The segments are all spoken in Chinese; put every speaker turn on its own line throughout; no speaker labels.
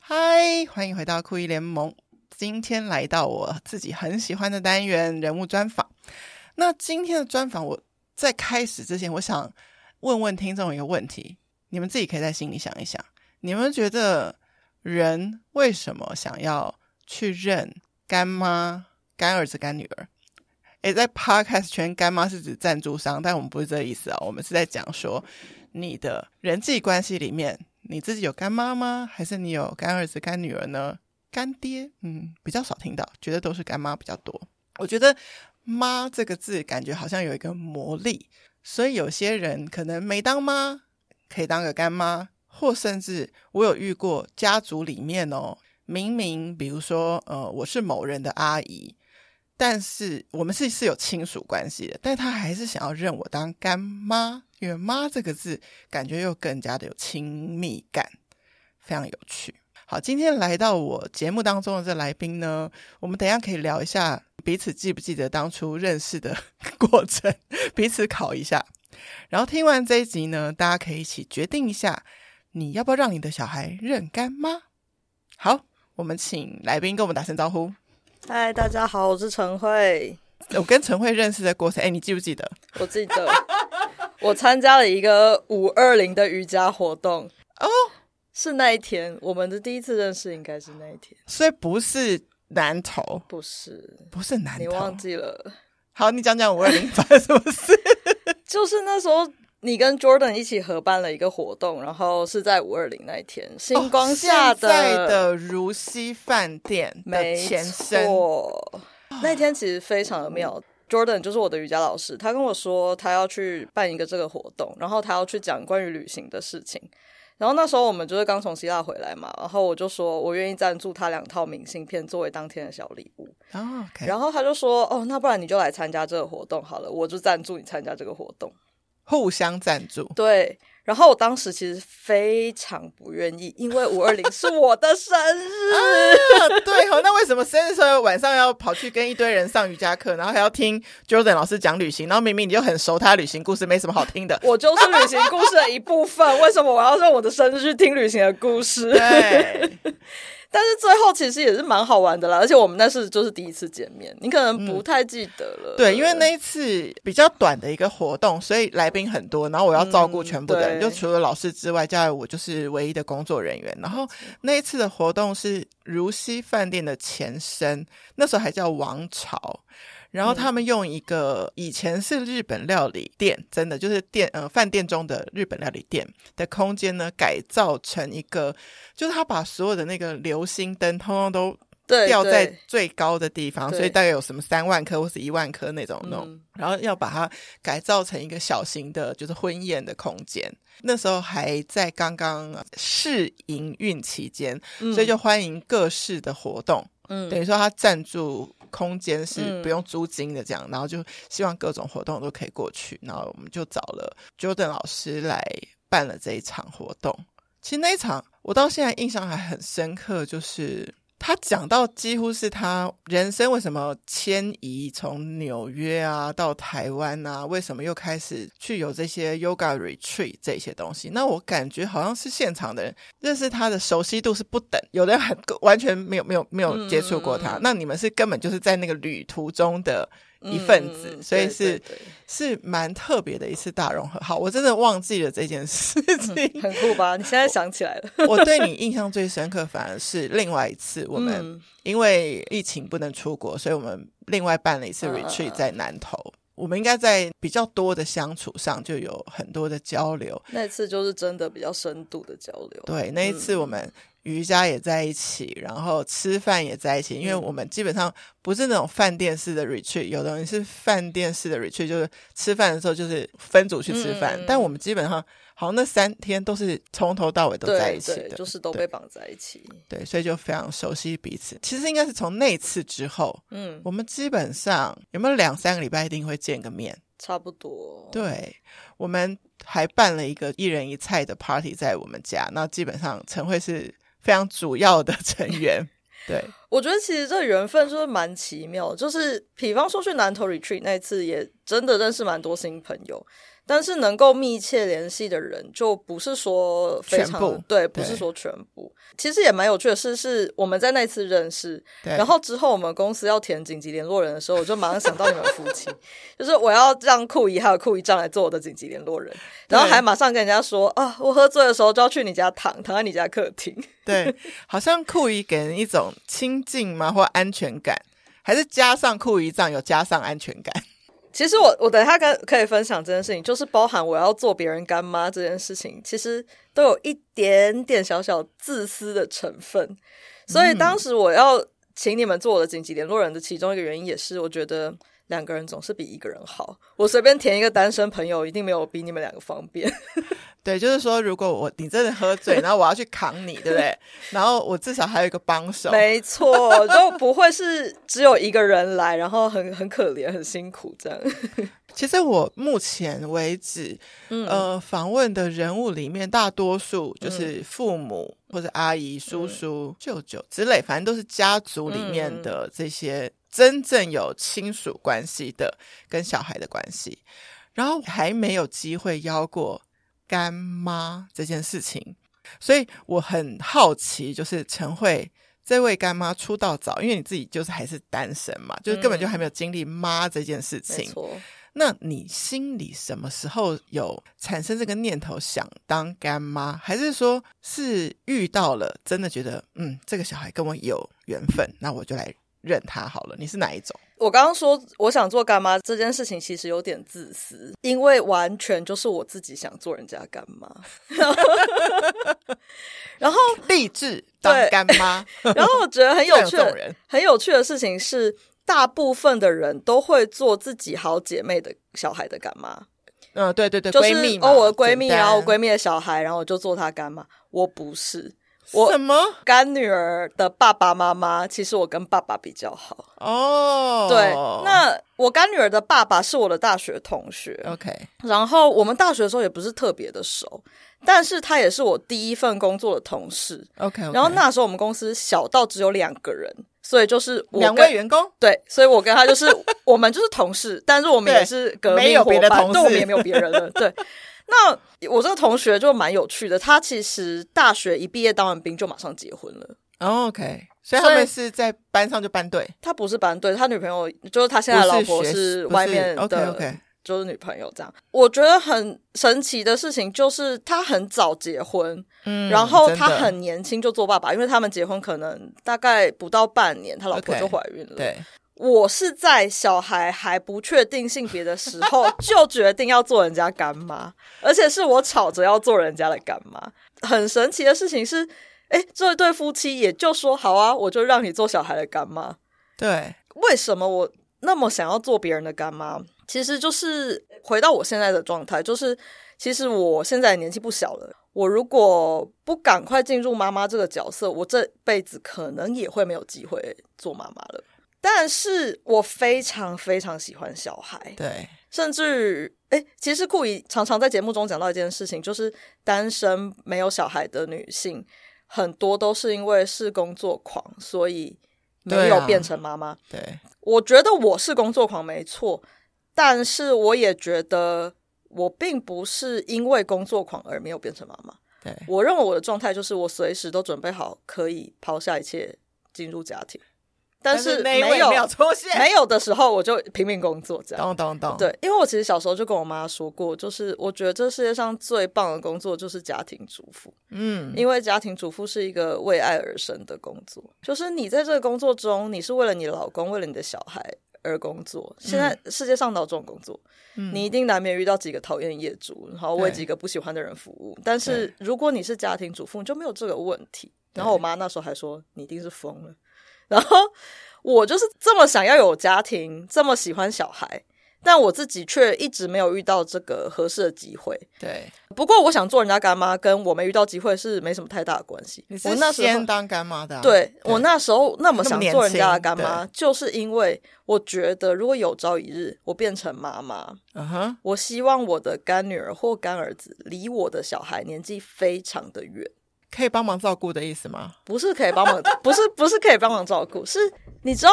嗨，欢迎回到酷艺联盟。今天来到我自己很喜欢的单元人物专访。那今天的专访，我在开始之前，我想问问听众一个问题：你们自己可以在心里想一想，你们觉得人为什么想要去认干妈、干儿子、干女儿？诶，在 Podcast 圈，干妈是指赞助商，但我们不是这个意思啊、哦，我们是在讲说你的人际关系里面，你自己有干妈吗？还是你有干儿子、干女儿呢？干爹，嗯，比较少听到，觉得都是干妈比较多。我觉得“妈”这个字感觉好像有一个魔力，所以有些人可能没当妈，可以当个干妈，或甚至我有遇过家族里面哦，明明比如说呃，我是某人的阿姨，但是我们是是有亲属关系的，但他还是想要认我当干妈，因为“妈”这个字感觉又更加的有亲密感，非常有趣。好，今天来到我节目当中的这来宾呢，我们等一下可以聊一下彼此记不记得当初认识的 过程，彼此考一下。然后听完这一集呢，大家可以一起决定一下，你要不要让你的小孩认干妈？好，我们请来宾跟我们打声招呼。
嗨，大家好，我是陈慧，
我跟陈慧认识的过程，哎，你记不记得？
我记得我参加了一个五二零的瑜伽活动，
哦，
是那一天，我们的第一次认识应该是那一天，
所以不是南投，
不是？
不是南
你
投
忘。记了？
好，你讲讲五二零发生什么事？
就是那时候你跟 Jordan 一起合办了一个活动，然后是在五二零那一天，星光下
哦现在的如溪饭店的
没
前身。
错，嗯那天其实非常的妙。Jordan 就是我的瑜伽老师，他跟我说他要去办一个这个活动，然后他要去讲关于旅行的事情。然后那时候我们就是刚从希腊回来嘛，然后我就说我愿意赞助他两套明信片作为当天的小礼物。
哦，OK，
然后他就说哦，那不然你就来参加这个活动好了，我就赞助你参加这个活动。
互相赞 助。
对，然后我当时其实非常不愿意，因为五二零是我的生日。
啊对哦，那为什么生日时候晚上要跑去跟一堆人上瑜伽课，然后还要听 Jordan 老师讲旅行，然后明明你就很熟他的旅行故事，没什么好听的。
我就是旅行故事的一部分，为什么我要用我的生日去听旅行的故事？
对，
但是最后其实也是蛮好玩的啦，而且我们那是就是第一次见面，你可能不太记得了。
对，因为那一次比较短的一个活动，所以来宾很多，然后我要照顾
嗯
全部的人，
对
就除了老师之外，加上我就是唯一的工作人员。然后那一次的活动是如溪饭店的前身，那时候还叫王朝。然后
嗯
他们用一个以前是日本料理店，真的就是店呃饭店中的日本料理店的空间呢，改造成一个，就是他把所有的那个流星灯通通都
对
吊在
对
最高的地方，
对
所以大概有什么三万颗或是一万颗那种弄，
嗯
然后要把它改造成一个小型的，就是婚宴的空间。那时候还在刚刚呃试营运期间，所以就欢迎各式的活动，
嗯
等于说它赞助。空间是
嗯
不用租金的，这样，然后就希望各种活动都可以过去，然后我们就找了 Jordan 老师来办了这一场活动。其实那一场我到现在印象还很深刻，就是他讲到几乎是他人生为什么迁移从纽约啊到台湾啊，为什么又开始去有这些 yoga retreat 这些东西。那我感觉好像是现场的人认识他的熟悉度是不等，有的人很完全没有没有没有接触过
嗯
他，那你们是根本就是在那个旅途中的。一份子，
嗯嗯嗯
所以
对
是
对
是蛮特别的一次大融合。好，我真的忘记了这件事情，
对很酷吧？你现在想起来了，
我对你印象最深刻，反而是另外一次，我们
嗯
因为疫情不能出国，所以我们另外办了一次
嗯嗯
retreat
嗯
在南投。我们应该在比较多的相处上就有很多的交流。
那次就是真的比较深度的交流。
对，那一次我们瑜伽也在一起，然后吃饭也在一
嗯
起，因为我们基本上不是那种饭店式的 retreat，有的人是饭店式的 retreat，就是吃饭的时候就是分组去吃饭，
嗯嗯嗯
但我们基本上好像那三天都是从头到尾都在
对
一起
对
的，，
就是都被绑在一起。
对，所以就非常熟悉彼此。其实应该是从那次之后，
嗯，
我们基本上有没有两三个礼拜一定会见个面。
差不多。
对，我们还办了一个一人一菜的 party 在我们家，那基本上晨慧是非常主要的成员。对，
我觉得其实这缘分就是蛮奇妙的，就是比方说去南投 retreat 那一次，也真的认识蛮多新朋友。但是能够密切联系的人，就不是说非常
全部
对，不
对
是说全部。其实也蛮有趣的是，是我们在那次认识，
对，
然后之后我们公司要填紧急联络人的时候，我就马上想到你们夫妻， 就是我要让库姨还有库姨丈来做我的紧急联络人，然后
对
还马上跟人家说啊，我喝醉的时候就要去你家躺，躺在你家客厅。
对，好像酷姨给人一种亲近嘛，或安全感，还是加上酷姨丈有加上安全感。
其实我我等一下跟可以分享这件事情，就是包含我要做别人干妈这件事情，其实都有一点点小小自私的成分。所以当时我要请你们做我的紧急联络人的其中一个原因，也是我觉得两个人总是比一个人好。我随便填一个单身朋友，一定没有比你们两个方便。
对，就是说，如果我你真的喝醉，然后我要去扛你，对不对？然后我至少还有一个帮手。
没错，就不会是只有一个人来，然后很很可怜、很辛苦这样。
其实我目前为止，
嗯
呃，访问的人物里面，大多数就是父母、或者阿姨、叔叔、舅舅之类，反正都是家族里面的这些真正有亲属关系的跟小孩的关系。然后还没有机会邀过干妈这件事情，所以我很好奇，就是陈慧这位干妈出道早，因为你自己就是还是单身嘛，就是根本就还没有经历妈这件事
没
情。
错。
那你心里什么时候有产生这个念头想当干妈，还是说是遇到了真的觉得嗯这个小孩跟我有缘分，那我就来认他好了？你是哪一 种？
我刚刚说我想做干妈这件事情，其实有点自私，因为完全就是我自己想做人家干 妈。然后，
励志当
对
干妈，
然后我觉得很 有趣
这种
的，
人，
很有趣的事情是，大部分的人都会做自己好姐妹的小孩的干妈，
嗯，对对对，
就是
闺蜜嘛
哦，我的闺蜜，
简单
然后我闺蜜的小孩，然后我就做她干妈。我 不是我
什么？
干女儿的爸爸妈妈，其实我跟爸爸比较好。
哦，
对，那我干女儿的爸爸是我的大学同学，
OK，
然后我们大学的时候也不是特别的熟，但是他也是我第一份工作的同事。
OK，, o k
然后那时候我们公司小到只有两个人，所以就是我
两
跟
位员工
对，所以我跟他就是我 们就是同事，但是我们
对
也是革
没
命
有
伙
别的
伴
同
对，我们
事
也没有别人了。对，那我这个同学就蛮有趣的，他其实大学一毕业当完兵就马上结婚了。
哦，OK，所以他
所以
们是在班上就班队，
他不是班队，他女朋友就是他现在的啊老婆
不是学
是
不是
外面的
OK，OK
就是女朋友这样。我觉得很神奇的事情就是他很早结婚，
嗯
然后他
真的
很年轻就做爸爸，因为他们结婚可能大概不到半年，他老婆嗯
OK，
就怀孕了。
对，
我是在小孩还不确定性别的时候就决定要做人家干妈， 而且是我吵着要做人家的干妈。很神奇的事情是，哎，这对夫妻也就说好啊，我就让你做小孩的干妈。
对，
为什么我那么想要做别人的干妈？其实就是回到我现在的状态，就是其实我现在年纪不小了，我如果不赶快进入妈妈这个角色，我这辈子可能也会没有机会做妈妈了。但是我非常非常喜欢小孩，
对，
甚至于诶，其实库里常常在节目中讲到一件事情，就是单身没有小孩的女性，很多都是因为是工作狂，所以没
对
有
啊
变成妈妈。
对，
我觉得我是工作狂没错，但是我也觉得我并不是因为工作狂而没有变成妈妈。
对，
我认为我的状态就是我随时都准备好可以抛下一切进入家庭，但是
那
没
一位
有
没有出现，
没有的时候我就拼命工作这样。
懂懂懂，
对，因为我其实小时候就跟我妈说过，就是我觉得这世界上最棒的工作就是家庭主妇。
嗯，
因为家庭主妇是一个为爱而生的工作，就是你在这个工作中，你是为了你老公，为了你的小孩而工作。现在世界上哪有这种工作？
嗯
你一定难免遇到几个讨厌业主，然后为
对
几个不喜欢的人服务。但是如果你是家庭主妇，你就没有这个问题。然后
对
我妈那时候还说：“你一定是疯了。”然后我就是这么想要有家庭，这么喜欢小孩，但我自己却一直没有遇到这个合适的机会。
对，
不过我想做人家干妈，跟我没遇到机会是没什么太大的关系。
你是
我那时候
先，当干妈的啊，
对我那时候那么想做人家的干
那么
妈，就是因为我觉得如果有朝一日我变成妈妈，
嗯哼，
我希望我的干女儿或干儿子离我的小孩年纪非常的远，
可以帮忙照顾的意思吗？
不是可以帮忙，不是 不是可以帮忙照顾，是你知道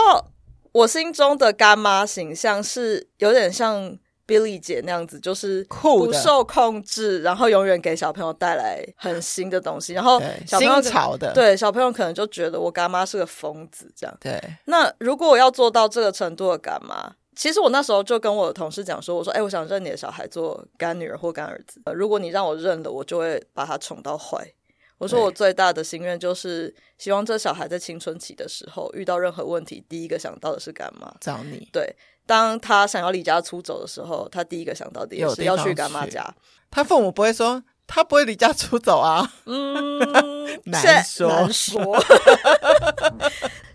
我心中的干妈形象是有点像。 Billy 姐那样子，就是
酷
不
的
受控制，然后永远给小朋友带来很新的东西，然后
对
哦小朋
新
友可能
潮的
对小朋友可能就觉得我干妈是个疯子这样。
对，
那如果我要做到这个程度的干妈，其实我那时候就跟我的同事讲说，我说，哎、我想认你的小孩做干女儿或干儿子、呃如果你让我认了，我就会把他宠到坏。我说
对
我最大的心愿就是希望这小孩在青春期的时候遇到任何问题，第一个想到的是干妈。
找你。
对，当他想要离家出走的时候，他第一个想到的也
有
是
地
要
方
去干妈
去
家。
他父母不会说他不会离家出走啊，
嗯，
难
现在
说
难说。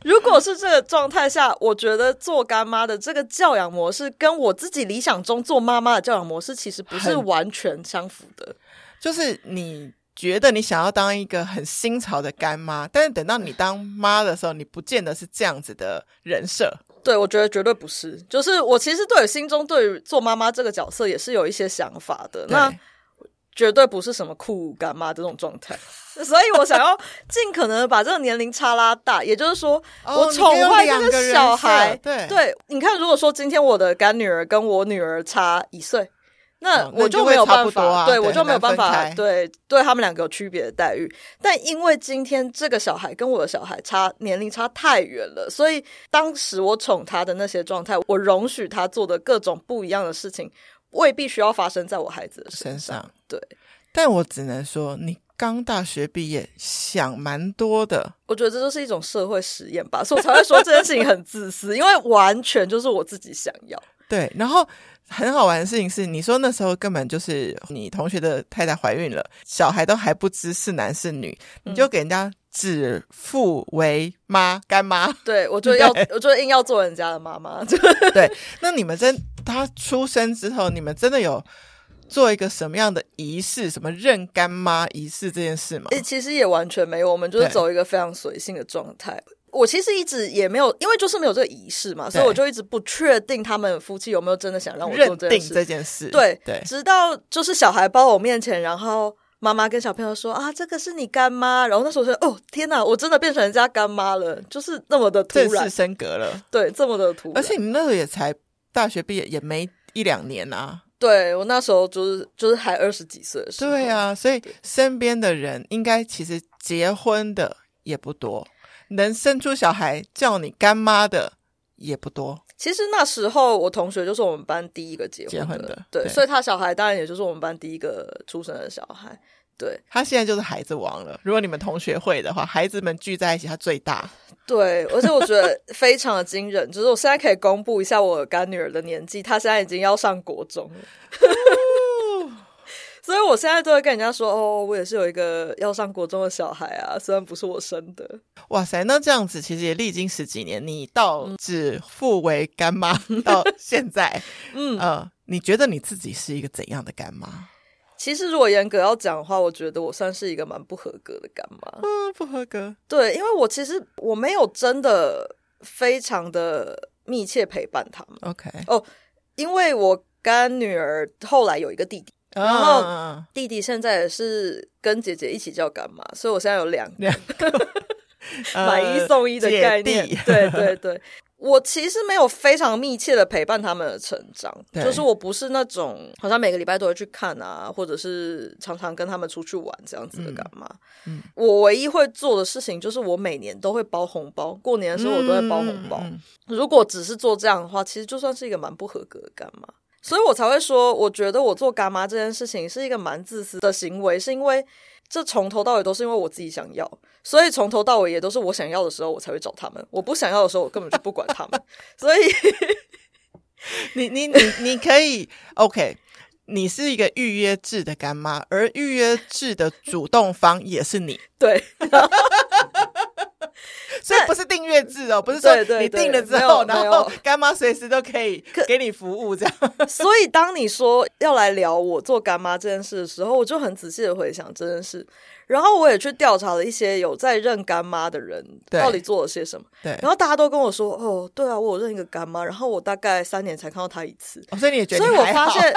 如果是这个状态下，我觉得做干妈的这个教养模式，跟我自己理想中做妈妈的教养模式，其实不是
很
完全相符的。
就是你觉得你想要当一个很新潮的干妈，但是等到你当妈的时候，你不见得是这样子的人设。
对，我觉得绝对不是。就是我其实对于心中对于做妈妈这个角色也是有一些想法的。那
对
绝对不是什么酷干妈这种状态。所以我想要尽可能地把这个年龄差拉大，也就是说，
哦
我宠
你可
坏这
以有两个人设
小孩。
对
你看，如果说今天我的干女儿跟我女儿差一岁。那
哦那
我
你就
没有
会差
办
不
法，
多啊
对
对
我就没有办
很难
法，
分开
对对他们两个有区别的待遇。但因为今天这个小孩跟我的小孩差年龄差太远了，所以当时我宠他的那些状态，我容许他做的各种不一样的事情，未必需要发生在我孩子的
身上。
对，
但我只能说，你刚大学毕业，想蛮多的。
我觉得这就是一种社会实验吧，所以我才会说这件事情很自私，因为完全就是我自己想要。
对，然后很好玩的事情是，你说那时候根本就是你同学的太太怀孕了，小孩都还不知是男是女，
嗯
你就给人家指腹为妈干 妈。
对，我就要，我就硬要做人家的妈妈。 就
对，那你们真他出生之后，你们真的有做一个什么样的仪式，什么认干妈仪式这件事吗？
其实也完全没有，我们就是
对
走一个非常随性的状态。我其实一直也没有，因为就是没有这个仪式嘛，所以
对
我就一直不确定他们夫妻有没有真的想让我做
认
这件
定
事。
这件事，
对
对
直到就是小孩抱我面前，然后妈妈跟小朋友说啊，这个是你干妈。然后那时候我就哦，天哪，我真的变成人家干妈了，就是那么的突
正
然
式，升格了。
对，这么的突然。
而且你那时候也才大学毕业，也没一两年啊。
对我那时候就是就是还二十几岁的时候，
对，啊，所以身边的人应该其实结婚的也不多，能生出小孩叫你干妈的也不多。
其实那时候我同学就是我们班第一个结婚
结婚的
对，
对
所以他小孩当然也就是我们班第一个出生的小孩，对
他现在就是孩子王了。如果你们同学会的话，孩子们聚在一起，他最大。
对，而且我觉得非常的惊人，就是我现在可以公布一下我干女儿的年纪，她现在已经要上国中了。 所以，我现在都会跟人家说：“哦，我也是有一个要上国中的小孩啊，虽然不是我生的。”
哇塞，那这样子其实也历经十几年，你到指腹为干妈到现在， 嗯呃，你觉得你自己是一个怎样的干妈？
其实，如果严格要讲的话，我觉得我算是一个蛮不合格的干妈。
嗯，不合格。
对，因为我其实我没有真的非常的密切陪伴他们，
OK，
因为我干女儿后来有一个弟弟，然后
嗯
弟弟现在也是跟姐姐一起叫干妈，所以我现在有两个
两个
买一送一的
呃姐
概念
弟。
对对对，我其实没有非常密切的陪伴他们的成长，
对
就是我不是那种好像每个礼拜都会去看啊，或者是常常跟他们出去玩这样子的干嘛。
嗯嗯
我唯一会做的事情就是我每年都会包红包，过年的时候我都会包红包。
嗯嗯嗯
如果只是做这样的话，其实就算是一个蛮不合格的干妈。所以我才会说，我觉得我做干妈这件事情是一个蛮自私的行为，是因为这从头到尾都是因为我自己想要，所以从头到尾也都是我想要的时候我才会找他们，我不想要的时候我根本就不管他们。所以
嗯你你你你可以 OK，你是一个预约制的干妈，而预约制的主动方也是你，
对，
所以不是订阅制哦，不是说
对对
你
对
订了之
没有
后，
没
然
有
后干妈随时都可以给你服务这样。
所以当你说要来聊我做干妈这件事的时候，我就很仔细的回想这件事，然后我也去调查了一些有在认干妈的人
对
到底做了些什么，
对，
然后大家都跟我说，哦，对啊，我有认一个干妈，然后我大概三年才看到她一次，
哦所以你也觉得
所以
你
我
还
发
好
现，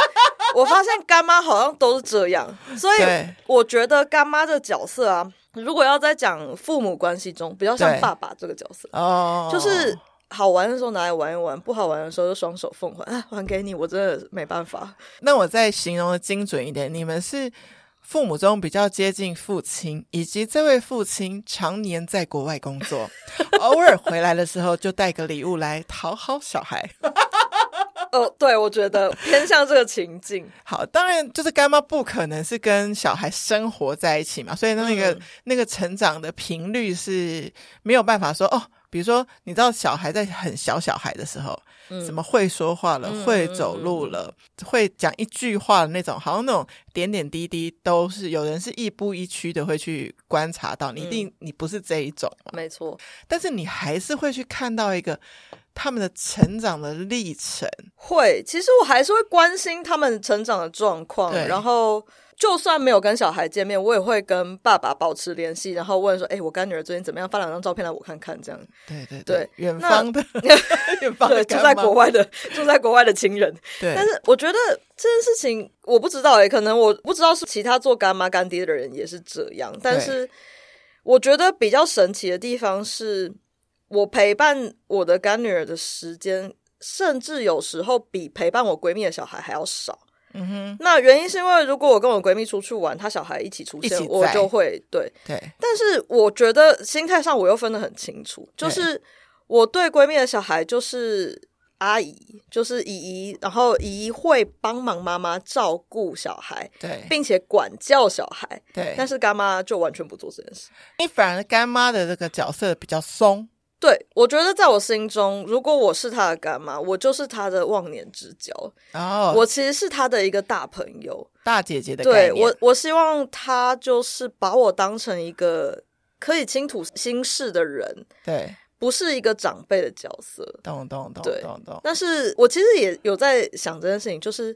我发现干妈好像都是这样，所以
对
我觉得干妈这个角色啊，如果要在讲父母关系中，比较像
对
爸爸这个角色，
哦，
就是好玩的时候拿来玩一玩，不好玩的时候就双手奉还，啊，还给你，我真的没办法。
那我再形容的精准一点，你们是父母中比较接近父亲，以及这位父亲常年在国外工作， 偶尔回来的时候就带个礼物来讨好小孩。
哦，对，我觉得偏向这个情境。
好，当然就是干妈不可能是跟小孩生活在一起嘛，所以那个、
嗯
那个成长的频率是没有办法说哦。比如说，你知道小孩在很小小孩的时候，
嗯
什么会说话了、
嗯
会走路了、会讲一句话的那种，好像那种点点滴滴都是有人是一步一趋的会去观察到，你一
嗯
定、你不是这一种嘛，
没错，
但是你还是会去看到一个他们的成长的历程。
会，其实我还是会关心他们成长的状况，
对
然后就算没有跟小孩见面，我也会跟爸爸保持联系，然后问说：“哎、我干女儿最近怎么样？发两张照片来我看看。”这样，
对对
对
远
那
方的 远方的
对，住在国
外，
外的住在国外的亲人，
对，
但是我觉得这件事情我不知道诶、可能我不知道是其他做干妈干爹的人也是这样，但是我觉得比较神奇的地方是，我陪伴我的干女儿的时间，甚至有时候比陪伴我闺蜜的小孩还要少。
嗯哼，
那原因是因为如果我跟我闺蜜出去玩，她小孩一起出
一
现
起，
我
在
就会对。
对
但是我觉得心态上我又分得很清楚，就是我对闺蜜的小孩就是阿姨，就是姨姨，然后姨姨会帮忙妈妈照顾小孩，
对
并且管教小孩。
对。
但是干妈就完全不做这件事。
你反而干妈的这个角色比较松，
对，我觉得在我心中，如果我是她的干妈，我就是她的忘年之交，
然后
我其实是她的一个大朋友。
大姐姐的概
对
念，
我，我希望她就是把我当成一个可以倾吐心事的人，
对，
不是一个长辈的角色。
懂懂懂
对
懂懂，
但是我其实也有在想这件事情，就是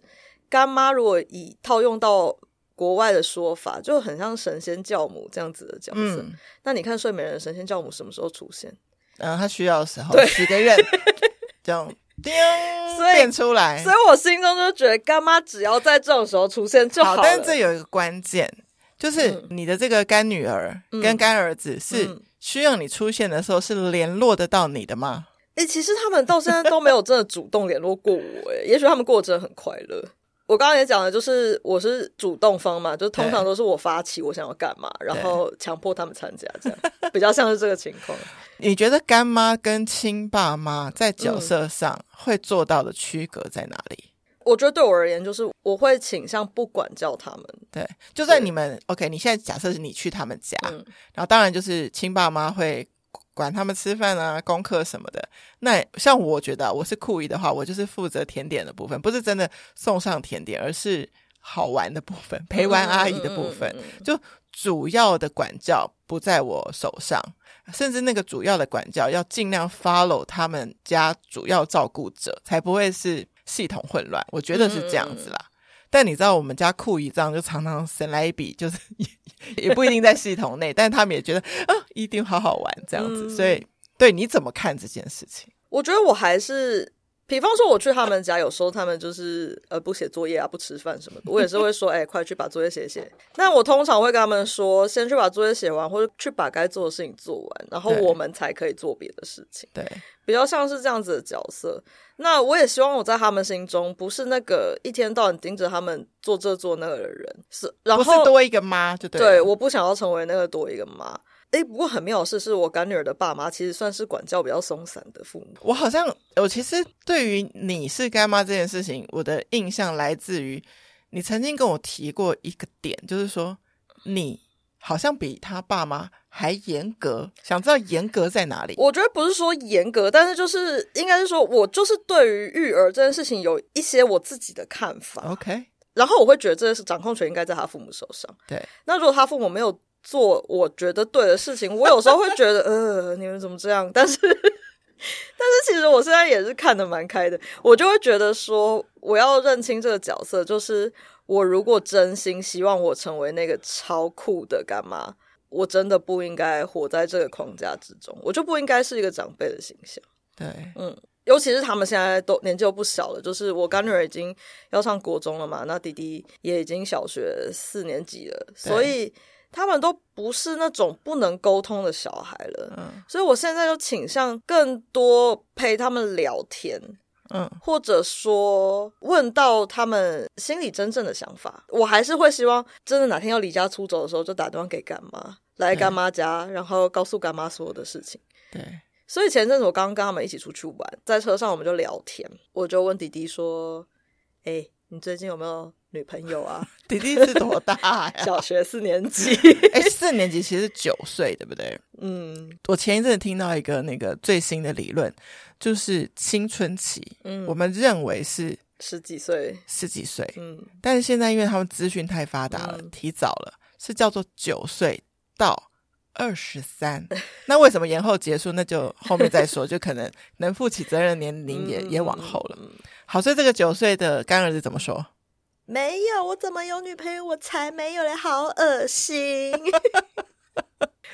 干妈如果以套用到国外的说法，就很像神仙教母这样子的角色。
嗯
那你看睡美人的神仙教母什么时候出现？
嗯，她需要的时候
对
许个 愿，这样叮
所以
变出来
所。以我心中就觉得干妈只要在这种时候出现就
好，
了。
但是这有一个关键，就是
嗯
你的这个干女儿
嗯
跟干儿子是
嗯
需要你出现的时候是联络得到你的吗？
哎、其实他们到现在都没有真的主动联络过我、诶，也许他们过得真的很快乐。我刚刚也讲了，就是我是主动方嘛，就通常都是我发起我想要干嘛，然后强迫他们参加，这样比较像是这个情况。
你觉得干妈跟亲爸妈在
嗯
角色上会做到的区隔在哪里？
我觉得对我而言，就是我会倾向不管教他们，
对，就算
对
你们 OK，你现在假设是你去他们家，
嗯
然后当然就是亲爸妈会管他们吃饭啊、功课什么的。那像我觉得啊我是酷姨的话，我就是负责甜点的部分，不是真的送上甜点，而是好玩的部分、陪玩阿姨的部分。
嗯嗯嗯嗯
就主要的管教不在我手上，甚至那个主要的管教要尽量 follow 他们家主要照顾者，才不会是系统混乱。我觉得是这样子
嗯
啦。但你知道我们家酷姨丈就常常神来一笔，就是 也也不一定在系统内，但他们也觉得啊，一定好好玩这样子。
嗯
所以，对你怎么看这件事情？
我觉得我还是，比方说我去他们家，有时候他们就是呃不写作业啊，不吃饭什么的，我也是会说，哎、快去把作业写一写。那我通常会跟他们说，先去把作业写完，或者去把该做的事情做完，然后
对
我们才可以做别的事情，
对
比较像是这样子的角色。那我也希望我在他们心中不是那个一天到晚盯着他们做这做那个的人，是然
不是
后
多一个妈就对了
对，我不想要成为那个多一个妈。哎、不过很妙的是，是我干女儿的爸妈其实算是管教比较松散的父母。
我好像我其实对于你是干妈这件事情，我的印象来自于你曾经跟我提过一个点，就是说你好像比他爸妈还严格，想知道严格在哪里？
我觉得不是说严格，但是就是应该是说，我就是对于育儿这件事情有一些我自己的看法，
OK，
然后我会觉得这是掌控权应该在他父母手上。
对，
那如果他父母没有做我觉得对的事情，我有时候会觉得，呃，你们怎么这样？但是，但是其实我现在也是看得蛮开的，我就会觉得说，我要认清这个角色，就是我如果真心希望我成为那个超酷的干妈。我真的不应该活在这个框架之中，我就不应该是一个长辈的形象。
对，
尤其是他们现在都年纪又不小了，就是我干女儿已经要上国中了嘛，那弟弟也已经小学四年级了，所以他们都不是那种不能沟通的小孩了，
嗯
所以我现在就倾向更多陪他们聊天，
嗯
或者说问到他们心里真正的想法，我还是会希望真的哪天要离家出走的时候，就打电话给干妈，来干妈家，然后告诉干妈所有的事情。
对，
所以前阵子我刚刚跟他们一起出去玩，在车上我们就聊天，我就问弟弟说：“哎、你最近有没有女朋 友啊？
弟弟是多大呀？
小学四年级。
哎，四年级其实九岁，对不对？”
嗯
我前一阵听到一个那个最新的理论，就是青春期，
嗯，
我们认为是
十几岁，
十几岁，
嗯
但是现在因为他们资讯太发达了，
嗯
提早了，是叫做九岁到二十 三。那为什么延后结束？那就后面再说，就可能能负起责任的年龄也、
嗯
也往后了。
嗯嗯
好，所以这个九岁的干儿子怎么说？
没有，我怎么有女朋友？我才没有嘞，好 恶心。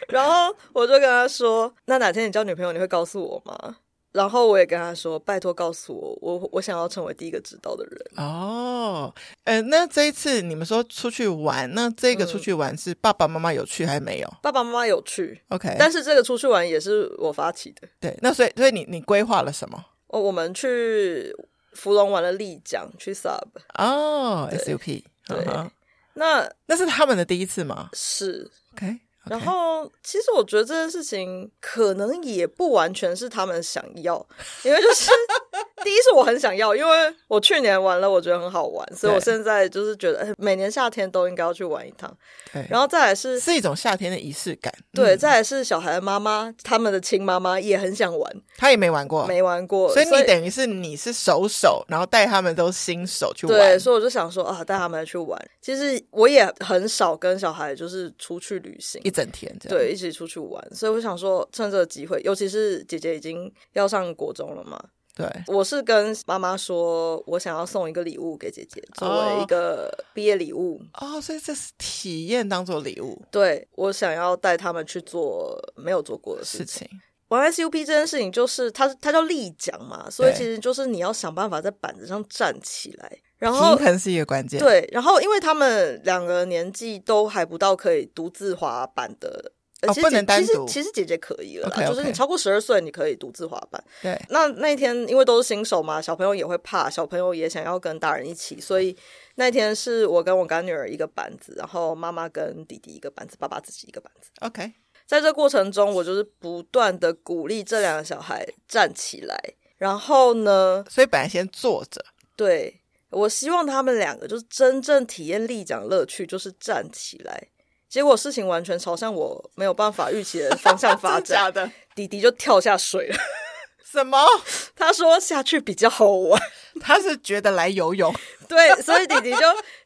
然后我就跟他说：“那哪天你交女朋友，你会告诉我吗？”然后我也跟他说：“拜托告诉我，我我想要成为第一个知道的人。
哦，呃，那这一次你们说出去玩，那这个
嗯
出去玩是爸爸妈妈有去还是没有”
爸爸妈妈有去，
？OK，
但是这个出去玩也是我发起的。
对，那所以所以你你规划了什么？
哦，我们去芙蓉玩了丽江，去 Sub，
哦，SUP，
对
嗯哼
那
那是他们的第一次吗
是
？OK，
然后，其实我觉得这件事情可能也不完全是他们想要，因为就是 第一是我很想要，因为我去年玩了，我觉得很好玩，所以我
对
现在就是觉得哎每年夏天都应该要去玩一趟。
对，
然后再来是，
是一种夏天的仪式感。
对，
嗯
再来是小孩的妈妈，他们的亲妈妈也很想玩，
他也没玩过，
没玩过，
哦所以你等于是你是熟手，然后带他们都新手去玩
对，。所以我就想说啊，带他们去玩。其实我也很少跟小孩就是出去旅行
一，整天这样，
对，一起出去玩。所以我想说，趁这个机会，尤其是姐姐已经要上国中了嘛，
对
我是跟妈妈说，我想要送一个礼物给姐姐，作为一个毕业礼物。
哦，所以这是体验当做礼物
对我想要带他们去做没有做过的事
事
情。
情，
玩 SUP 这件事情，就是它它叫立桨嘛，所以
对
其实就是你要想办法在板子上站起来，然后
平衡是一个关键。
对，然后因为他们两个年纪都还不到可以独自滑板的，呃
哦
其实
不
姐
能单
其实
独
其实姐姐可以了啦
OK，OK
就是你超过十二岁，你可以独自滑板。
对
那那一天因为都是新手嘛，小朋友也会怕，小朋友也想要跟大人一起，所以那天是我跟我干女儿一个板子，然后妈妈跟弟弟一个板子，爸爸自己一个板子。
，OK，
在这过程中，我就是不断的鼓励这两个小孩站起来，然后呢，
所以本来先坐着，
对我希望他们两个就是真正体验立桨乐趣，就是站起来。结果事情完全朝向我没有办法预期的方向发
真的假
展，
的？
弟弟就跳下水了。
什么？
他说下去比较好玩，
他是觉得来游泳
对，所以弟弟就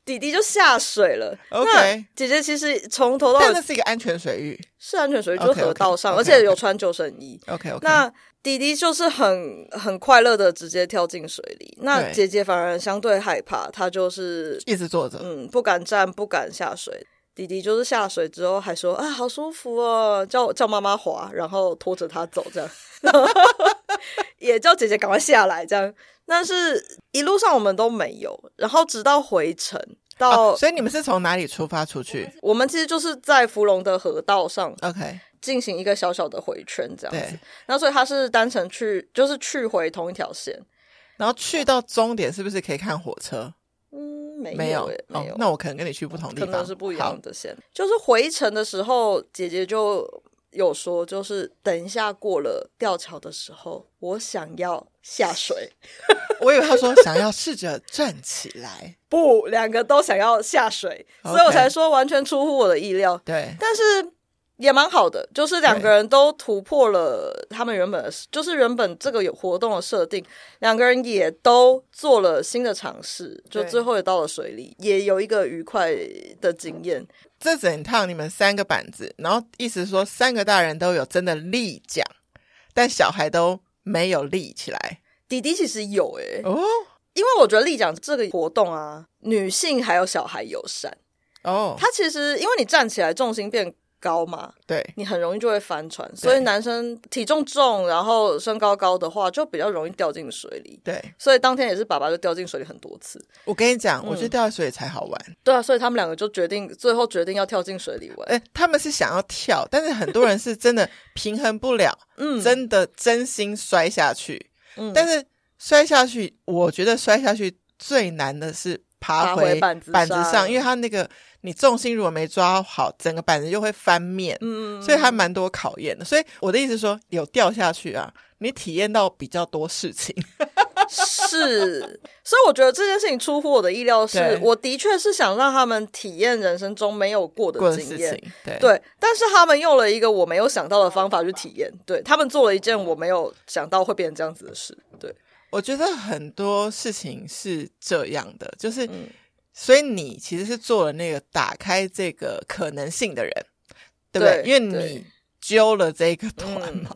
弟弟就下水了。
OK
那姐姐其实从头到
但
尾
那是一个安全水域。
是安全水，就是
OK，OK，
河道上
OK，
而且有穿救生衣。
OK OK，
那弟弟就是很很快乐的直接跳进水里，那
对
姐姐反而相对害怕，她就是
一直坐着，
嗯，不敢站，不敢下水。弟弟就是下水之后还说啊，好舒服哦，叫叫妈妈滑，然后拖着他走这样，也叫姐姐赶快下来这样。但是一路上我们都没有，然后直到回程到、
哦所以你们是从哪里出发出去
我们其实就是在芙蓉的河道上
？OK，
进行一个小小的回圈这样子
对。，
那所以他是单程去，就是去回同一条线。
然后去到终点是不是可以看火车？
嗯，没
没
有
有
欸，，没有
哦，那我可能跟你去不同地
可
方，
能是不一
好
样的线。就是回程的时候，姐姐就有说，就是等一下过了吊桥的时候，我想要下水。
我以为他说想要试着站起来，
不，两个都想要下水
OK
所以我才说完全出乎我的意料。
对
但是也蛮好的，就是两个人都突破了他们原本的，就是原本这个有活动的设定，两个人也都做了新的尝试，就
对
最后也到了水里，也有一个愉快的经验。
这整趟你们三个板子，然后意思说三个大人都有真的立桨，但小孩都没有立起来
弟弟其实有欸诶、
哦
因为我觉得立奖这个活动啊，女性还有小孩友善。
哦，
它其实因为你站起来重心变高嘛，
对，
你很容易就会翻船。所以男生体重重，然后身高高的话，就比较容易掉进水里。
对
所以当天也是爸爸就掉进水里很多次。
我跟你讲，
嗯
我觉得掉下水才好玩。
对啊，所以他们两个就决定最后决定要跳进水里玩。
哎、他们是想要跳，但是很多人是真的平衡不了，
嗯，
真的真心摔下去。
嗯
但是摔下去，我觉得摔下去最难的是爬
爬
回
回板子上
上，因为它那个你重心如果没抓好，整个板子就会翻面，
嗯，
所以还蛮多考验的。所以我的意思是说，有掉下去啊，你体验到比较多事情。
是，所以我觉得这件事情出乎我的意料是，
对
我的确是想让他们体验人生中没有过
过
的
的
经
事
验。
情，对
对，但是他们用了一个我没有想到的方法去体验，对他们做了一件我没有想到会变成这样子的事，对，
我觉得很多事情是这样的，就是，
嗯
所以你其实是做了那个打开这个可能性的人，对不对？
对
因为
对
你揪了这个团
嗯
嘛，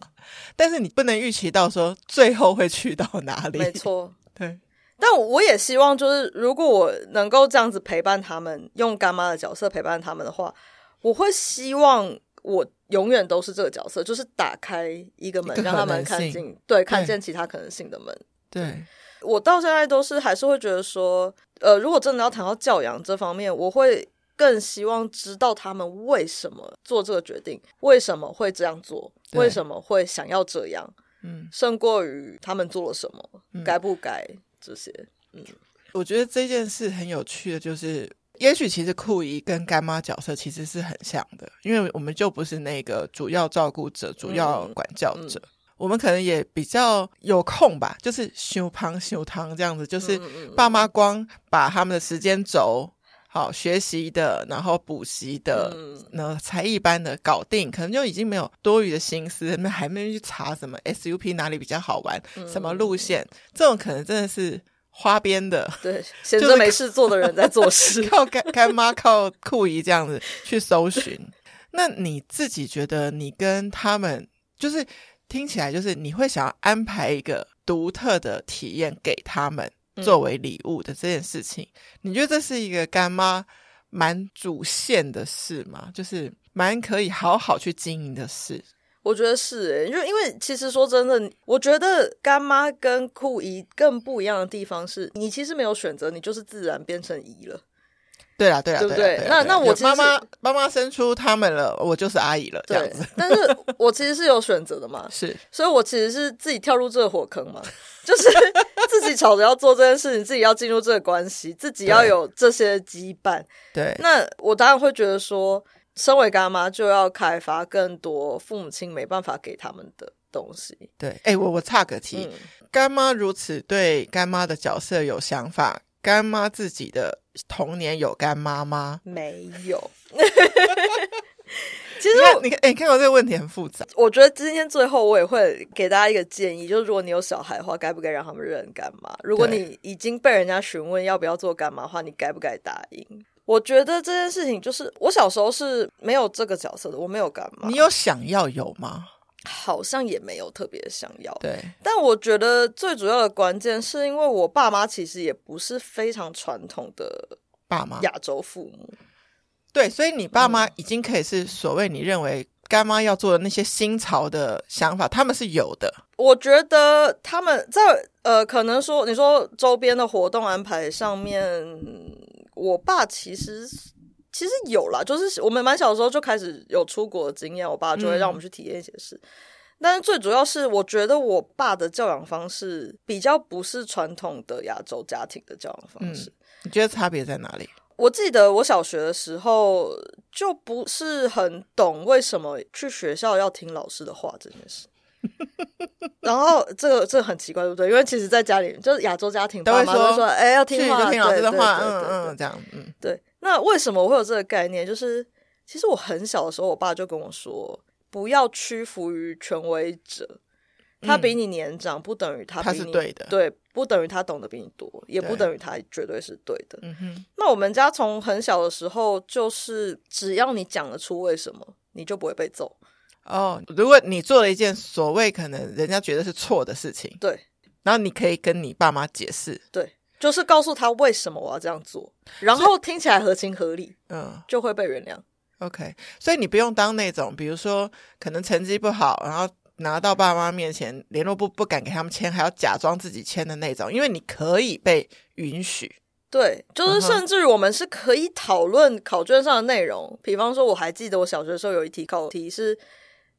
但是你不能预期到说最后会去到哪里。
没，错。
对，
但我也希望，就是如果我能够这样子陪伴他们，用干妈的角色陪伴他们的话，我会希望我永远都是这个角色，就是打开一个门，
一个可能性
让他们看见，对，看见其他可能性的门。
对，
我到现在都是还是会觉得说，呃，如果真的要谈到教养这方面，我会更希望知道他们为什么做这个决定，为什么会这样做，
对
为什么会想要这样，
嗯，
胜过于他们做了什么，
嗯
该不该这些。
我觉得这件事很有趣的，就是也许其实酷姨跟干妈角色其实是很像的，因为我们就不是那个主要照顾者、主要
嗯
管教者，我们可能也比较有空吧，就是修汤修汤这样子，就是
嗯嗯嗯
爸妈光把他们的时间轴。好，学习的，然后补习的，
嗯
那才艺班的搞定，可能就已经没有多余的心思，那还没去查什么 SUP 哪里比较好玩，什么
嗯
路线，这种可能真的是花边的，
对，闲
就是
着没事做的人在做事。
靠干干妈、靠酷姨这样子去搜寻。那你自己觉得，你跟他们就是听起来，就是你会想要安排一个独特的体验给他们
嗯
作为礼物的这件事情，你觉得这是一个干妈蛮主线的事吗？就是蛮可以好好去经营的事。
我觉得是、欸，就因为其实说真的，我觉得干妈跟酷姨更不一样的地方是，你其实没有选择，你就是自然变成姨了。
对啦，对啦，
对不
啦
对
啦
那
啦
那我
有
其实
妈
是
妈妈妈生出他们了，我就是阿姨了，这样
对
子，
但是我其实是有选择的嘛，
是
所以我其实是自己跳入这个火坑嘛，就是 自己吵着要做这件事情，自己要进入这个关系，自己要
对
有这些羁绊。
对，
那我当然会觉得说，身为干妈就要开发更多父母亲没办法给他们的东西。
对。哎、我我岔个题，
嗯，
干妈如此对干妈的角色有想法，干妈自己的童年有干妈吗？
没有。 其实
你看，
我
你看，哎、你看我这个问题很复杂。
我觉得今天最后我也会给大家一个建议，就是如果你有小孩的话，该不该让他们认干妈？如果
对
你已经被人家询问要不要做干妈的话，你该不该答应？我觉得这件事情就是我小时候是没有这个角色的，我没有干妈，
你有想要有吗？
好像也没有特别想要。
对，
但我觉得最主要的关键是因为我爸妈其实也不是非常传统的
爸妈。嗯
亚洲父母，
对，所以你爸妈已经可以是所谓你认为干妈要做的那些新潮的想法，他们是有的。
我觉得他们在呃，可能说你说周边的活动安排上面，我爸其实其实有啦，就是我们蛮小的时候就开始有出国的经验，我爸就会让我们去体验一些事。但是最主要是，我觉得我爸的教养方式比较不是传统的亚洲家庭的教养方式。
你觉得差别在哪里？
我记得我小学的时候就不是很懂为什么去学校要听老师的话这件事。然后这个这个很奇怪，对不对？因为其实，在家里就是亚洲家庭，
都
爸
会
妈都
说
说：“哎，要
去
听话，
就听老师的
对
话，
对对对
嗯
对
嗯，这样，嗯，
对，那为什么我会有这个概念？就是其实我很小的时候，我爸就跟我说，不要屈服于权威者。他比你年长，不等于他
嗯他
比
是
你
对的
对，不等于他懂得比你多，也不
对
等于他绝对是对的。
嗯哼，
那我们家从很小的时候，就是只要你讲得出为什么，你就不会被揍。
哦，如果你做了一件所谓可能人家觉得是错的事情，
对
然后你可以跟你爸妈解释，
对，就是告诉他为什么我要这样做，然后听起来合情合理，
嗯，
就会被原谅。
OK，所以你不用当那种，比如说可能成绩不好，然后拿到爸妈面前联络部不敢给他们签，还要假装自己签的那种，因为你可以被允许。
对，就是
嗯哼
甚至我们是可以讨论考卷上的内容，比方说，我还记得我小学的时候有一题考题是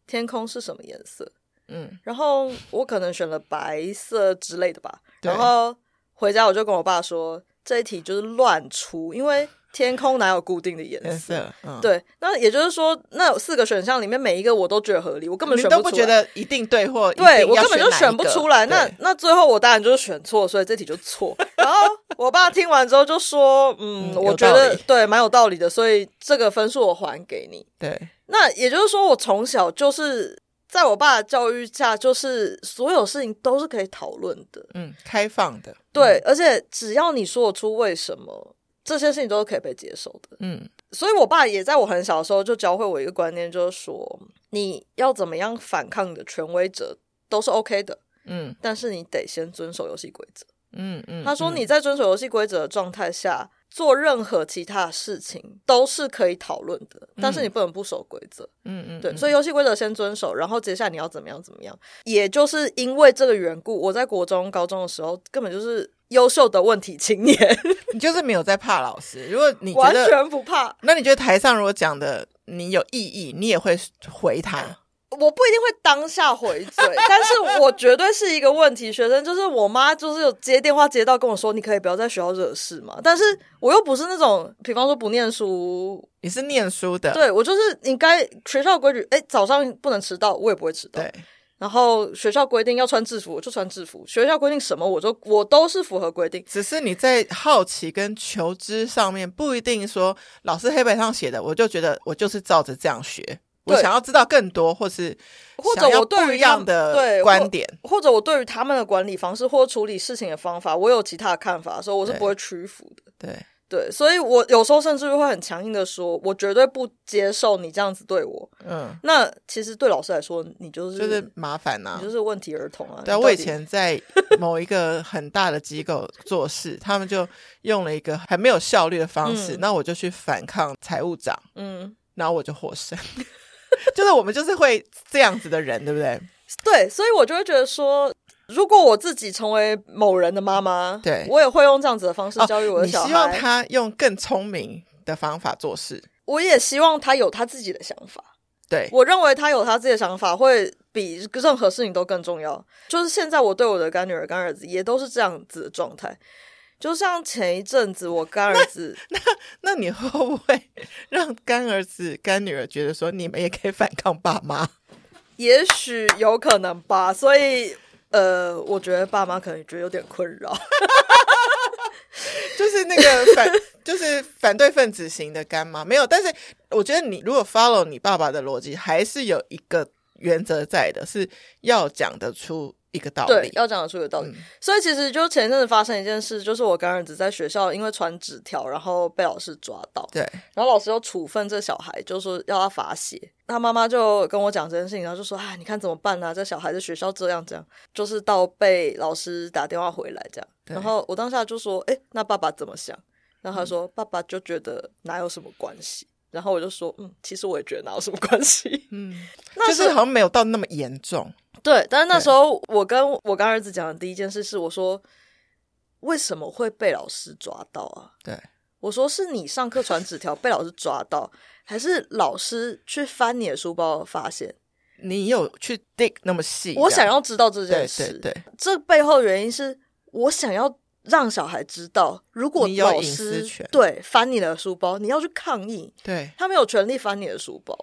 天空是什么颜色，
嗯，
然后我可能选了白色之类的吧，
对
然后回家我就跟我爸说这一题就是乱出，因为天空哪有固定的颜
颜
色？
色，嗯，，
对，那也就是说，那有四个选项里面每一个我都觉得合理，我根本
你
选
都
不
不
出
觉
来。
得一定对或一定
对我
要
根本就
哪一
选不
个
出来。那
对
那最后我当然就是选错，所以这题 就错。然后我爸听完之后就说：“嗯，
嗯有
我觉
道
得
理
对蛮有道理的，所以这个分数我还给你。”
对，
那也就是说，我从小就是在我爸的教育下，就是所有事情都是可以讨论的。
嗯，开放的，
对，而且只要你说得出为什么，这些事情都是可以被接受的。
嗯，
所以我爸也在我很小的时候就教会我一个观念，就是说你要怎么样反抗你的权威者都是 OK 的，
嗯
但是你得先遵守游戏规则。
嗯嗯嗯，
他说你在遵守游戏规则的状态下，做任何其他事情都是可以讨论的，但是你不能不守规则。
嗯，嗯嗯，
对，所以游戏规则先遵守，然后接下来你要怎么样怎么样。也就是因为这个缘故，我在国中、高中的时候根本就是优秀的问题青年，
你就是没有在怕老师。如果你觉
完
得
全不怕。
那你觉得台上如果讲的你有异议，你也会回他？
我不一定会当下回嘴， 但是我绝对是一个问题学生。就是我妈就是有接电话接到跟我说，你可以不要在学校惹事嘛。但是我又不是那种，比方说不念书，
你是念书的，
对我就是应该学校规矩，哎，早上不能迟到，我也不会迟到。
对
然后学校规定要穿制服，我就穿制服；学校规定什么，我就我都是符合规定。
只是你在好奇跟求知上面不一定说老师黑板上写的，我就觉得我就是照着这样学。我
对
想要知道更多，或是
或者
想要
我对于
不一
他
样
们
的
对
观
或
点，
或者我对于他们的管理方式或处理事情的方法，我有其他的看法的时候，我是不会屈服的。
对，
对，所以我有时候甚至会很强硬的说，我绝对不接受你这样子对我。
嗯，
那其实对老师来说，你就是
就是麻烦呐、
你就是问题儿童啊。
对啊，
你到底
我以前在某一个很大的机构做事，他们就用了一个很没有效率的方式，
嗯
那我就去反抗财务长，
嗯，
然后我就获胜。 就是我们就是会这样子的人，对不对？
对，所以我就会觉得说，如果我自己成为某人的妈妈，
对
我也会用这样子的方式
哦
教育我的
你
小
希望
孩。
他用更聪明的方法做事，
我也希望他有他自己的想法。
对，
我认为他有他自己的想法，会比任何事情都更重要。就是现在我对我的干女儿、干儿子也都是这样子的状态。就像前一阵子我干儿子，
那你会不会 让干儿子、干女儿觉得说你们也可以反抗爸妈？
也许有可能吧，所以。呃，我觉得爸妈可能觉得有点困扰，
就是那个反， 就是反对分子型的干妈没有。但是我觉得你如果 follow 你爸爸的逻辑，还是有一个原则在的，是要讲得出一个道
对
理，。
要讲得出有道理。
嗯
所以其实就前一阵子发生一件事，就是我干儿子在学校因为传纸条，然后被老师抓到，
对，
然后老师又处分这小孩，就说要他罚写。他妈妈就跟我讲这件事情，然后就说：“哎，你看怎么办啊？这小孩在学校这样这样，就是到被老师打电话回来这样。”
对嗯
然后我当下就说：“哎，那爸爸怎么想？”然后他说：“爸爸就觉得哪有什么关系。”然后我就说：“嗯，其实我也觉得哪有什么关系。
嗯，
那
就是是好像没有到那么严重。”
对，但是那
对
时候我跟我跟儿子讲的第一件事是，我说：“为什么会被老师抓到啊？”
对，
我说是你上课传纸条被老师抓到，还是老师去翻你的书包发现？
你有去 dig 那么细？
我
这
想
样
要知道这件
对
事。
对对，
这背后的原因是我想要让小孩知道，如果
你有
老
隐私
师
权
对翻你的书包，你要去抗议，
对，
他没有权利翻你的书包。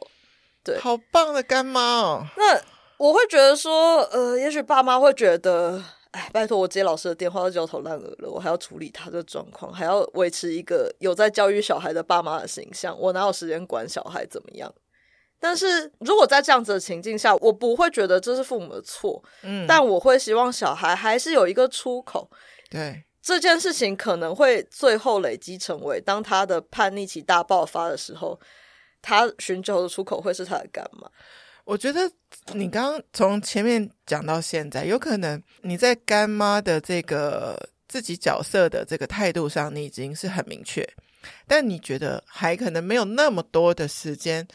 对
好棒的干妈哦。
那我会觉得说，呃，也许爸妈会觉得，哎，拜托我接老师的电话都焦头烂额了，我还要处理他的状况，还要维持一个有在教育小孩的爸妈的形象，我哪有时间管小孩怎么样？但是如果在这样子的情境下，我不会觉得这是父母的错，
嗯，
但我会希望小孩还是有一个出口。
对，
这件事情可能会最后累积成为，当他的叛逆期大爆发的时候，他寻求的出口会是他的干嘛？
我觉得你刚刚从前面讲到现在，有可能你在干妈的这个自己角色的这个态度上，你已经是很明确。但你觉得还可能没有那么多的时间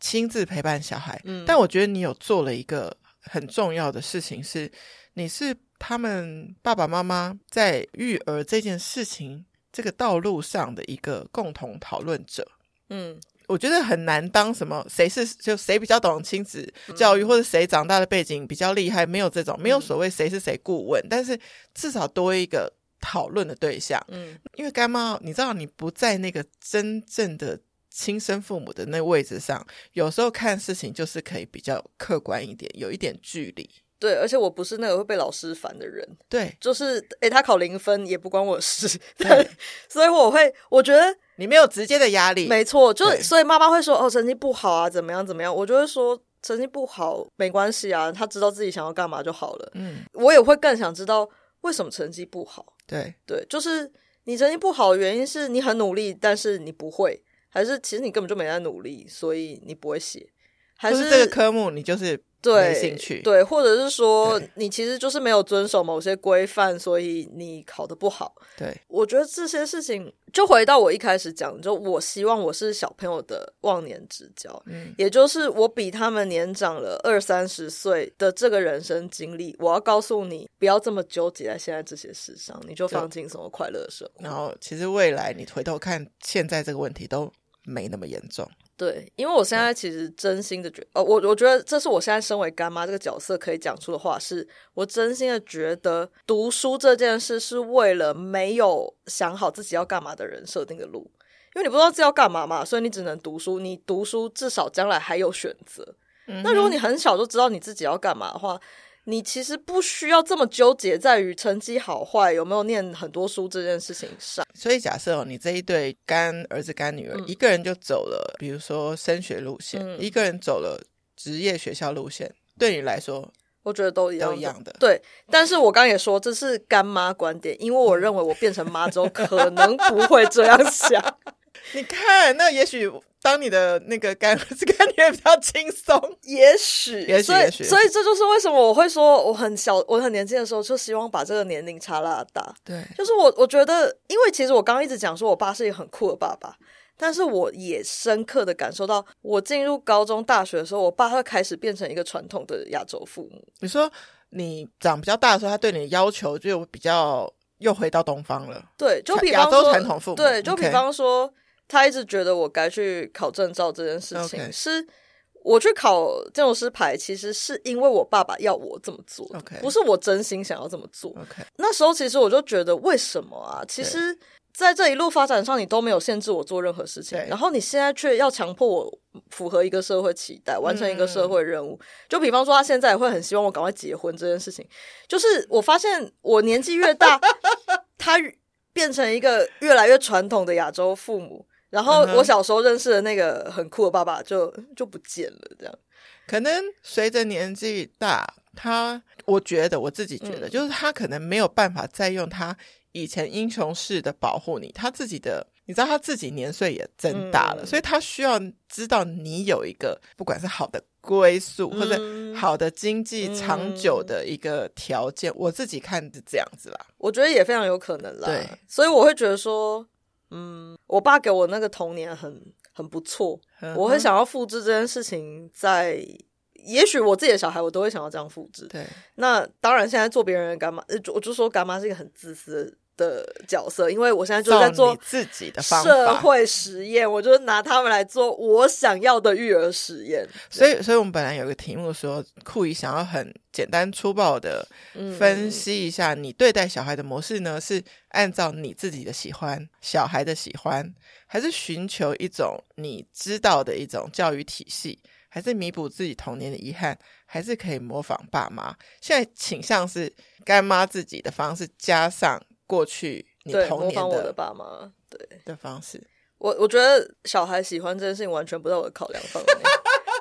亲自陪伴小孩，
嗯
但我觉得你有做了一个很重要的事情是，你是他们爸爸妈妈在育儿这件事情这个道路上的一个共同讨论者。
嗯，
我觉得很难当什么谁是就谁比较懂亲子教育，或者谁长大的背景比较厉害，没有这种没有所谓谁是谁顾问，但是至少多一个讨论的对象。
嗯，
因为干妈，你知道你不在那个真正的亲生父母的那位置上，有时候看事情就是可以比较客观一点，有一点距离。
对，而且我不是那个会被老师烦的人，
对
就是诶、他考零分也不关我事，
对，
所以我会我觉得
你没有直接的压力，
没错，就
对
所以妈妈会说哦成绩不好啊怎么样怎么样，我就会说成绩不好没关系啊，他知道自己想要干嘛就好了。
嗯，
我也会更想知道为什么成绩不好，
对
对，就是你成绩不好的原因是你很努力，但是你不会，还是其实你根本就没在努力，所以你不会写，还
就是这个科目你就是
对
没兴趣
对，或者是说
对
你其实就是没有遵守某些规范，所以你考的不好。
对
我觉得这些事情，就回到我一开始讲，就我希望我是小朋友的忘年之交，
嗯
也就是我比他们年长了二三十岁的这个人生经历，我要告诉你，不要这么纠结在现在这些事上，你就放轻松快乐的生
然
活。
后其实未来你回头看现在这个问题都没那么严重，
对，因为我现在其实真心的觉呃，我我觉得这是我现在身为干妈这个角色可以讲出的话是，我真心的觉得读书这件事是为了没有想好自己要干嘛的人设定的路，因为你不知道自己要干嘛嘛，所以你只能读书。你读书至少将来还有选择。
嗯
那如果你很小就知道你自己要干嘛的话，你其实不需要这么纠结在于成绩好坏有没有念很多书这件事情上。
所以假设、哦、你这一对干儿子干女儿，
嗯
一个人就走了，比如说升学路线，
嗯
一个人走了职业学校路线，对你来说
我觉得都一样，
都一样的
对，但是我刚刚也说这是干妈观点，因为我认为我变成妈之后可能不会这样想。
你看，那也许当你的那个干儿子 干女儿比较轻松，
也许，
也许
所以
也许
所以这就是为什么我会说我很小，我很年轻的时候就希望把这个年龄差拉大。
对
就是我我觉得，因为其实我刚刚一直讲说我爸是一个很酷的爸爸，但是我也深刻的感受到，我进入高中、大学的时候，我爸会开始变成一个传统的亚洲父母。
你说你长比较大的时候，他对你的要求就比较又回到东方了，
对，就
传
比
亚
方
洲
说，
传统父母
对，就比
OK
方说，他一直觉得我该去考证照这件事情
OK
是。我去考建筑师牌，其实是因为我爸爸要我这么做的
OK
不是我真心想要这么做。
，OK，
那时候其实我就觉得，为什么啊？其实，在这一路发展上，你都没有限制我做任何事情，
对
然后你现在却要强迫我符合一个社会期待，完成一个
嗯
社会任务。就比方说，他现在也会很希望我赶快结婚这件事情。就是我发现，我年纪越 大，他变成一个越来越传统的亚洲父母。然后
嗯哼
我小时候认识的那个很酷的爸爸就就不见了，这样。
可能随着年纪大，他我觉得我自己觉得，
嗯
就是他可能没有办法再用他以前英雄式的保护你，他自己的。你知道他自己年岁也增大了，
嗯
所以他需要知道你有一个不管是好的归宿、或者
嗯
好的经济长久的一个条件。我自己看是这样子啦，
我觉得也非常有可能啦。
对，
所以我会觉得说，嗯，我爸给我那个童年很很不错，
嗯
我会
哼
想要复制这件事情在。也许我自己的小孩，我都会想要这样复制。
对，
那当然，现在做别人的干妈，呃就我就说干妈是一个很自私的角色，因为我现在就是
照
在
你
做
自己的方
社
法。
会实验，我就是拿他们来做我想要的育儿实验。
所以，所以我们本来有个题目说，酷姨想要很简单粗暴的
嗯
分析一下，你对待小孩的模式呢，是按照你自己的喜欢、小孩的喜欢，还是寻求一种你知道的一种教育体系，还是弥补自己童年的遗憾，还是可以模仿爸妈？现在倾向是干妈自己的方式，加上过去你
对，
童
模
年
仿我
的
的爸妈。对，
的方式。
我我觉得小孩喜欢这件事情完全不在我的考量范围内，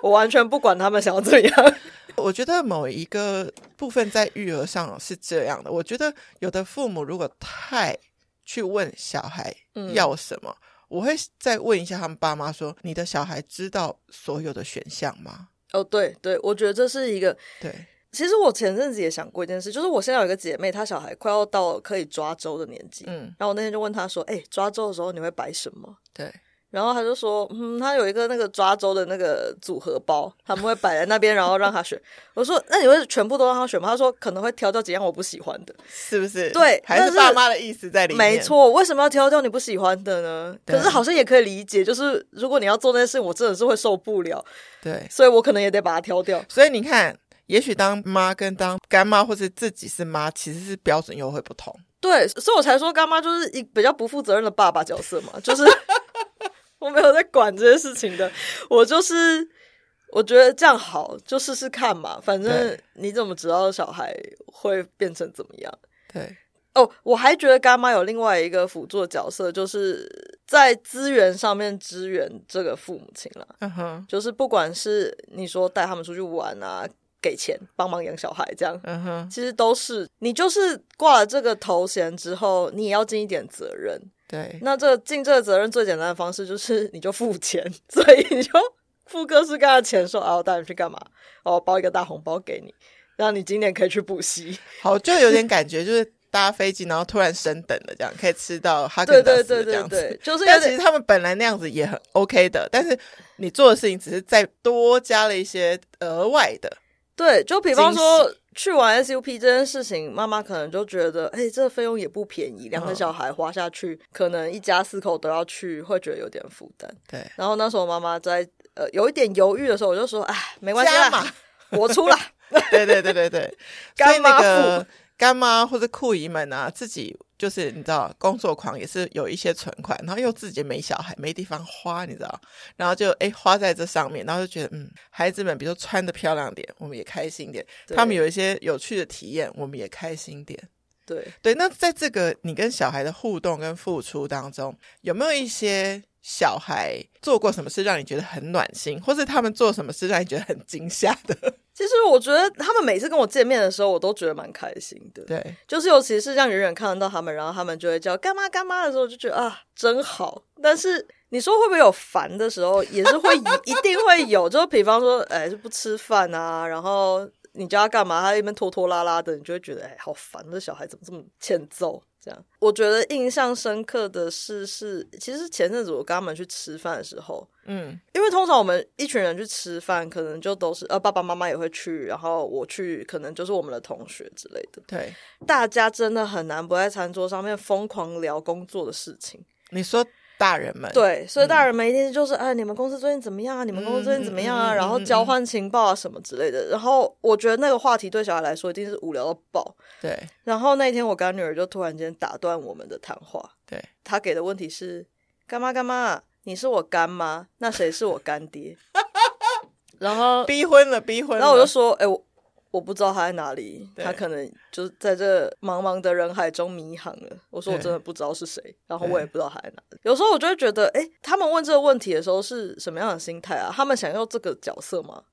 我完全不管他们想要怎样。
我觉得某一个部分在育儿上是这样的。我觉得有的父母如果太去问小孩
嗯
要什么，我会再问一下他们爸妈说：“你的小孩知道所有的选项吗
哦，对对，我觉得这是一个？”
对，
其实我前阵子也想过一件事，就是我现在有一个姐妹，她小孩快要到可以抓周的年纪，
嗯，
然后我那天就问她说：“哎、抓周的时候你会摆什么
对，？”
然后她就说：“嗯，她有一个那个抓周的那个组合包，他们会摆在那边，然后让她选。”我说：“那你会全部都让她选吗？”她说：“可能会挑掉几样我不喜欢的。”
是不是？
对
还
但
是
是
爸妈的意思在里面。啊
没，错，为什么要挑掉你不喜欢的呢？
对
可是好像也可以理解，就是如果你要做那件事，我真的是会受不了，
对。
所以我可能也得把它挑掉。
所以你看，也许当妈跟当干妈或是自己是妈，其实是标准又会不同。
对，所以我才说干妈就是一比较不负责任的爸爸角色嘛，就是 我没有在管这些事情的，我就是我觉得这样好，就试试看嘛，反正
对
你怎么知道小孩会变成怎么样？
对，
哦，我还觉得干妈有另外一个辅助的角色，就是在资源上面支援这个父母亲啦。
嗯哼，
就是不管是你说带他们出去玩啊，给钱帮忙养小孩这样，
嗯哼，
其实都是你就是挂了这个头衔之后，你也要尽一点责任。
对，
那这个尽这个责任最简单的方式就是 你就付钱，所以你就付哥是干的钱说啊，我带你去干嘛？哦，包一个大红包给你，让你今年可以去补习。
好，就有点感觉就是搭飞机，然后突然升等了，这样可以吃到哈
对
根达
对
斯
对
的这
对
样子。
对，就是有
但其实
点
他们本来那样子也很 OK 的，但是你做的事情只是再多加了一些额外的，
对，就比方
惊
说去玩 SUP 这件事情，妈妈可能就觉得，哎、这费用也不便宜，两个
嗯
小孩花下去，可能一家四口都要去，会觉得有点负担。
对，
然后那时候妈妈在呃有一点犹豫的时候，我就说，哎，没关系
加
啦
码，
我出啦。
对对对对对，
干
所以那
妈
个干妈或者酷姨们啊，自己就是你知道工作狂也是有一些存款，然后又自己没小孩没地方花，你知道，然后就哎花在这上面，然后就觉得嗯，孩子们比如说穿的漂亮点，我们也开心点，
对
他们有一些有趣的体验，我们也开心点。
对，
对，那在这个你跟小孩的互动跟付出当中，有没有一些小孩做过什么事让你觉得很暖心，或是他们做什么事让你觉得很惊吓的？
其实我觉得他们每次跟我见面的时候，我都觉得蛮开心的。
对，
就是尤其是让远远看得到他们，然后他们就会叫干妈干妈的时候，就觉得啊，真好。但是你说会不会有烦的时候，也是会一 定会有。就比方说，哎，是不吃饭啊，然后你叫他干嘛，他在那边拖拖拉拉的，你就会觉得哎，好烦，这小孩怎么这么欠揍？这样，我觉得印象深刻的是，是其实前阵子我跟他们去吃饭的时候，
嗯，
因为通常我们一群人去吃饭，可能就都是呃爸爸妈妈也会去，然后我去，可能就是我们的同学之类的。
对。
大家真的很难不在餐桌上面疯狂聊工作的事情。
你说大人们，
对，所以大人们一定就是，哎，你们公司最近怎么样啊？你们公司最近怎么样
嗯嗯
啊？
嗯嗯
然后
嗯嗯
交换情报啊什么之类的。然后我觉得那个话题对小孩来说一定是无聊到爆。
对
然后那天我干女儿就突然间打断我们的谈话，
对，
她给的问题是：干妈干妈，你是我干妈，那谁是我干爹？ 然后
逼婚了，逼婚了。
然后我就说，哎、我我不知道他在哪里，
对
他可能就是在这茫茫的人海中迷航了。我说我
对
真的不知道是谁，然后
对
我也不知道他在哪里。有时候我就会觉得，哎、他们问这个问题的时候是什么样的心态啊？他们想要这个角色吗？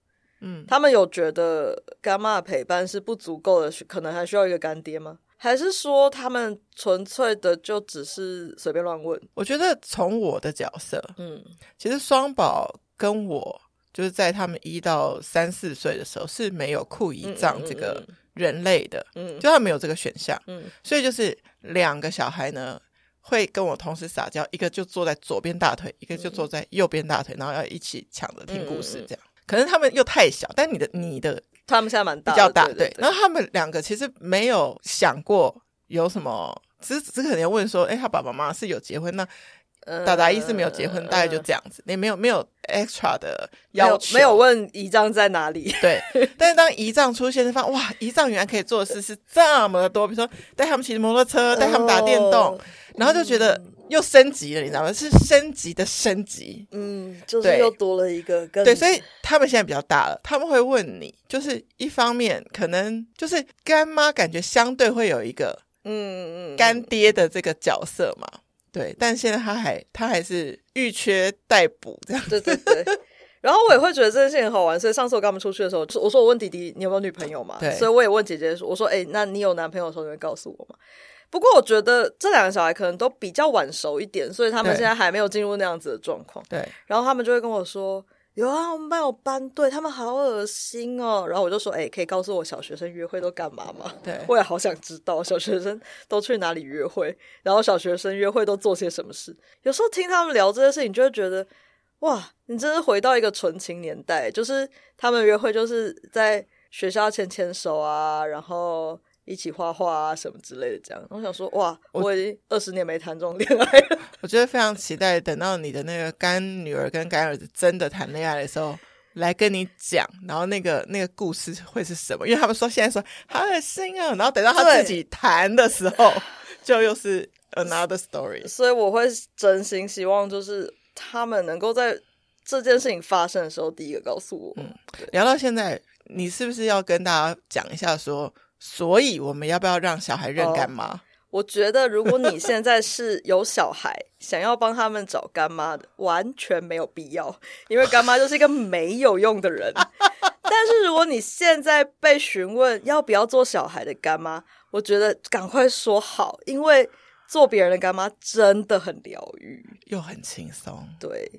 嗯，
他们有觉得干妈的陪伴是不足够的，需可能还需要一个干爹吗？还是说他们纯粹的就只是随便乱问？
我觉得从我的角色，
嗯，
其实双宝跟我就是在他们一到三四岁的时候是没有酷姨丈这个人类的，
嗯
就他没有这个选项，
嗯
所以就是两个小孩呢。会跟我同时撒娇，一个就坐在左边大
嗯
腿，一个就坐在右边大腿，然后要一起抢着听故
嗯
事，这样。可能他们又太小，但你的你的
他们现在蛮大
比
的，
较大，
对对
然后他们两个其实没有想过有什么，只只可能问说，哎、他爸爸妈妈是有结婚，那
嗯
达达一是没有结婚，大概就
嗯
这样子，你没有没有 extra 的
没
要
有
求，
没有问姨丈在哪里。
对。但是当仪仗出现，就发现哇，仪仗原来可以做的事是这么的多，比如说带他们骑摩托车，带他们打电动，
哦
然后就觉得又升级了，你知道吗？是升级的升级。
嗯，就是
对
又多了一个更
对，所以他们现在比较大了，他们会问你，就是一方面可能就是干妈感觉相对会有一个
嗯嗯
干爹的这个角色嘛，对，但现在他还他还是欲缺代补这样，
对对对。然后我也会觉得这件事情很好玩，所以上次我跟他们出去的时候，就是我说我问弟弟你有没有女朋友嘛
对，
所以我也问姐姐说，我说哎、那你有男朋友的时候你会告诉我吗？不过我觉得这两个小孩可能都比较晚熟一点，所以他们
对
现在还没有进入那样子的状况。
对
然后他们就会跟我说：“有啊，我们班有班队，他们好恶心哦。然后我就说，哎、可以告诉我小学生约会都干嘛吗？
对
我也好想知道小学生都去哪里约会，然后小学生约会都做些什么事。有时候听他们聊这些事情，你就会觉得，哇，你真是回到一个纯情年代，就是他们约会就是在学校牵牵手啊，然后。一起画画啊，什么之类的，这样。我想说，哇，
我
我已经二十年没谈这种恋爱了。
我觉得非常期待等到你的那个干女儿跟干儿子真的谈恋爱的时候，来跟你讲，然后那个那个故事会是什么？因为他们说现在说好恶心哦，然后等到他
对
自己谈的时候，就又是 another story。
所以我会真心希望，就是他们能够在这件事情发生的时候，第一个告诉我。
嗯聊到现在，你是不是要跟大家讲一下说，所以我们要不要让小孩认干妈？
我觉得，如果你现在是有小孩，想要帮他们找干妈的，完全没有必要，因为干妈就是一个没有用的人。但是，如果你现在被询问要不要做小孩的干妈，我觉得赶快说好，因为做别人的干妈真的很疗愈。
又很轻松，
对，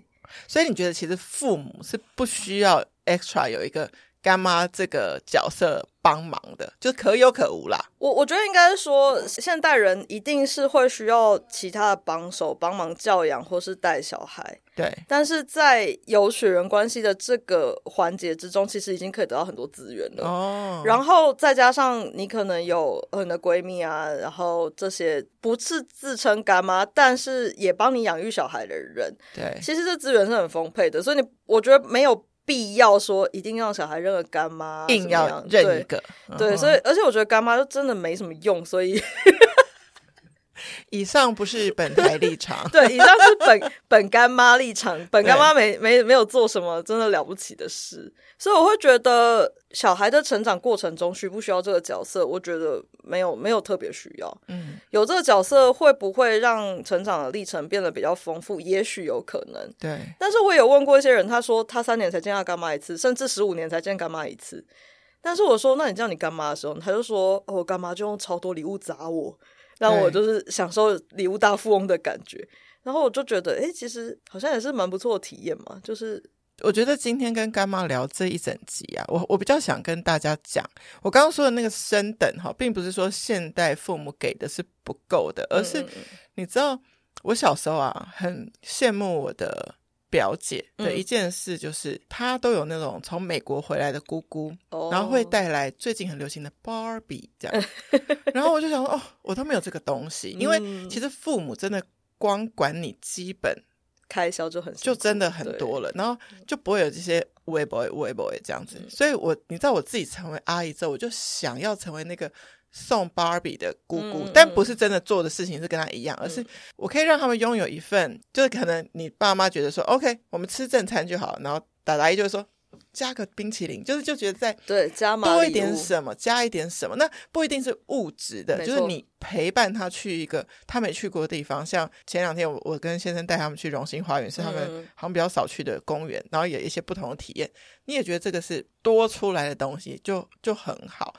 所以你觉得其实父母是不需要 extra 有一个干妈这个角色帮忙的，就可有可无啦。
我我觉得应该是说，现代人一定是会需要其他的帮手帮忙教养或是带小孩，
对，
但是在有血缘关系的这个环节之中，其实已经可以得到很多资源了。
哦，后
然后再加上你可能有呃你的闺蜜啊，然后这些不是自称干妈，但是也帮你养育小孩的人，
对，
其实这资源是很丰沛的。所以你我觉得没有必要说一定让小孩认个干妈，
硬
怎么
要
样
认
对
一个，嗯
对，所
以
以而且我觉得干妈就真的没什么用，所以。
以上不是本台立场
对以上是本本干妈立场，本干妈没没没有做什么真的了不起的事，所以我会觉得小孩的成长过程中需不需要这个角色，我觉得没有没有特别需要，
嗯，
有这个角色会不会让成长的历程变得比较丰富？也许有可能，
对，
但是我有问过一些人，他说他三年才见他干妈一次，甚至十五年才见干妈一次。但是我说，那你叫你干妈的时候，他就说，哦，我干妈就用超多礼物砸我，让我就是享受礼物大富翁的感觉。然后我就觉得，诶，其实好像也是蛮不错的体验嘛。就是
我觉得今天跟干妈聊这一整集啊，我我比较想跟大家讲，我刚刚说的那个升等哈，并不是说现代父母给的是不够的，而是
嗯嗯
你知道，我小时候啊，很羡慕我的表姐的
嗯
一件事，就是、她都有那种从美国回来的姑姑，
哦
然后会带来最近很流行的 Barbie 这 样，然后我就想说，哦，我都没有这个东西，因为
嗯
其实父母真的光管你基本
开销就很辛
就
苦
真的很多了，然后
嗯
就不会有这些 w e b o y w e b o y 这样子。所以我你知道我自己成为阿姨之后，我就想要成为那个送 Barbie 的姑姑，
嗯嗯
但不是真的做的事情是跟她一样，而是
嗯
我可以让他们拥有一份，就是可能你爸妈觉得说 OK，我们吃正餐就好，然后达达一就会说加个冰淇淋，就是就觉得在
对加码
多
礼
一点
物
什么，加一点什么，那不一定是物质的，
没
就是
错
你陪伴他去一个他没去过的地方。像前两天我我跟先生带他们去荣兴花园，是他们
嗯
好像比较少去的公园，然后有一些不同的体验。你也觉得这个是多出来的东西，就就很好。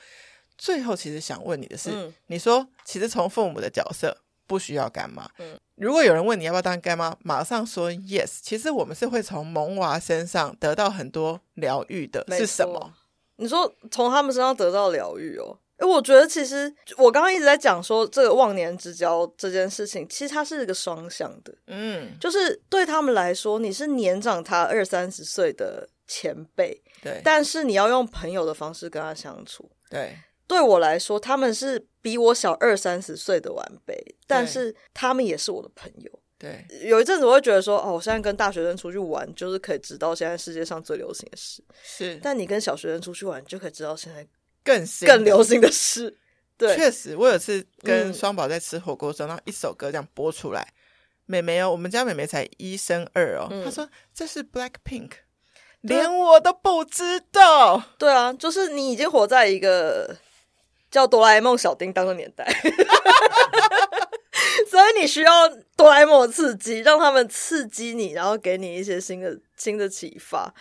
最后，其实想问你的是，
嗯
你说其实从父母的角色不需要干妈。
嗯
如果有人问你要不要当干妈，马上说 yes。其实我们是会从萌娃身上得到很多疗愈的，
没
是什
错
么？
你说从他们身上得到疗愈哦。哎，我觉得其实我刚刚一直在讲说这个忘年之交这件事情，其实它是一个双向的，
嗯，
就是对他们来说，你是年长他二三十岁的前辈，
对，
但是你要用朋友的方式跟他相处。
对，
对我来说，他们是比我小二三十岁的晚辈，但是他们也是我的朋友。
对，
有一阵子我会觉得说，哦，我现在跟大学生出去玩，就是可以知道现在世界上最流行的事；
是
但你跟小学生出去玩，你就可以知道现在
更新
更流行的事。对，
确实，我有次跟
嗯
双宝在吃火锅的时候，然后一首歌这样播出来，美眉哦，我们家美眉才一升二哦，她
嗯
说这是 Black Pink，
对
连我都不知道。
对啊，就是你已经活在一个叫哆啦 A 梦小叮当的年代， 所以你需要哆啦 A 梦的刺激，让他们刺激你，然后给你一些新的新的启发。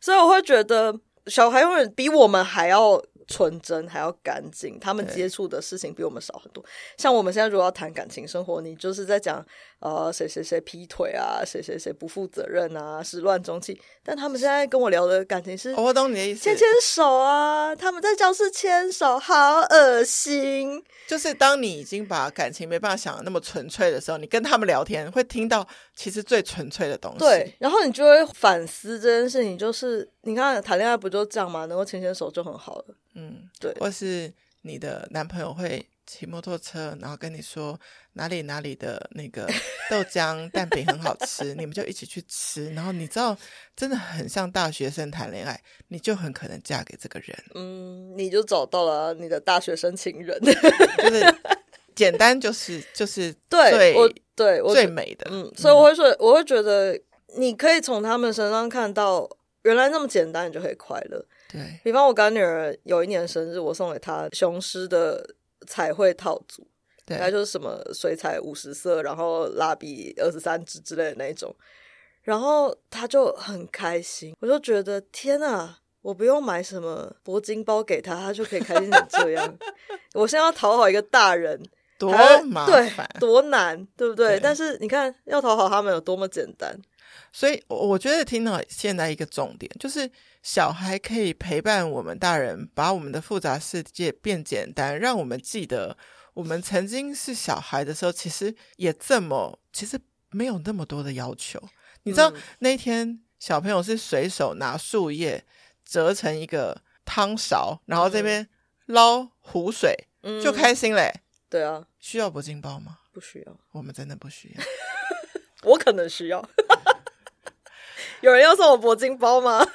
所以我会觉得小孩永远比我们还要纯真，还要干净。他们
对
接触的事情比我们少很多。像我们现在如果要谈感情生活，你就是在讲呃谁谁谁劈腿啊，谁谁谁不负责任啊，始乱终弃。但他们现在跟我聊的感情是
哦我懂你的意思，
牵牵手啊，他们在教室牵手，好恶心。
就是当你已经把感情没办法想的那么纯粹的时候，你跟他们聊天会听到其实最纯粹的东西。
对，，然后你就会反思这件事情，就是你看谈恋爱不就这样吗？能够牵牵手就很好了。
嗯，
对
或是你的男朋友会骑摩托车，然后跟你说哪里哪里的那 个豆浆蛋饼很好吃，你们就一起去吃。然后你知道，真的很像大学生谈恋爱，你就很可能嫁给这个人，
嗯，你就找到了你的大学生情 人。
就是简单就是就是
对我
最，
对我
最
觉
美的。
嗯，所以我会说，我会觉得你可以从他们身上看到，原来那么简单，你就可以快乐。
对，
比方我干女儿有一年生日，我送给她雄狮的彩绘套组，
对
它就是什么水彩五十色，然后蜡笔二十三支之类的那一种。然后她就很开心，我就觉得天啊，我不用买什么铂金包给她，她就可以开心成这 样。我现在要讨好一个大人，
多
还要
麻烦。
对，多难，对不对？
对
但是你看，要讨好他们有多么简单，
所以，我我觉得听到现在一个重点就是，小孩可以陪伴我们大人，把我们的复杂世界变简单，让我们记得我们曾经是小孩的时候，其实也这么，其实没有那么多的要求。你知道、
嗯
那天小朋友是随手拿树叶折成一个汤勺，然后这边捞湖水、
嗯，
就开心嘞。
对啊，
需要铂金包吗？
不需要，
我们真的不需要。
我可能需要。 有人要送我铂金包 吗？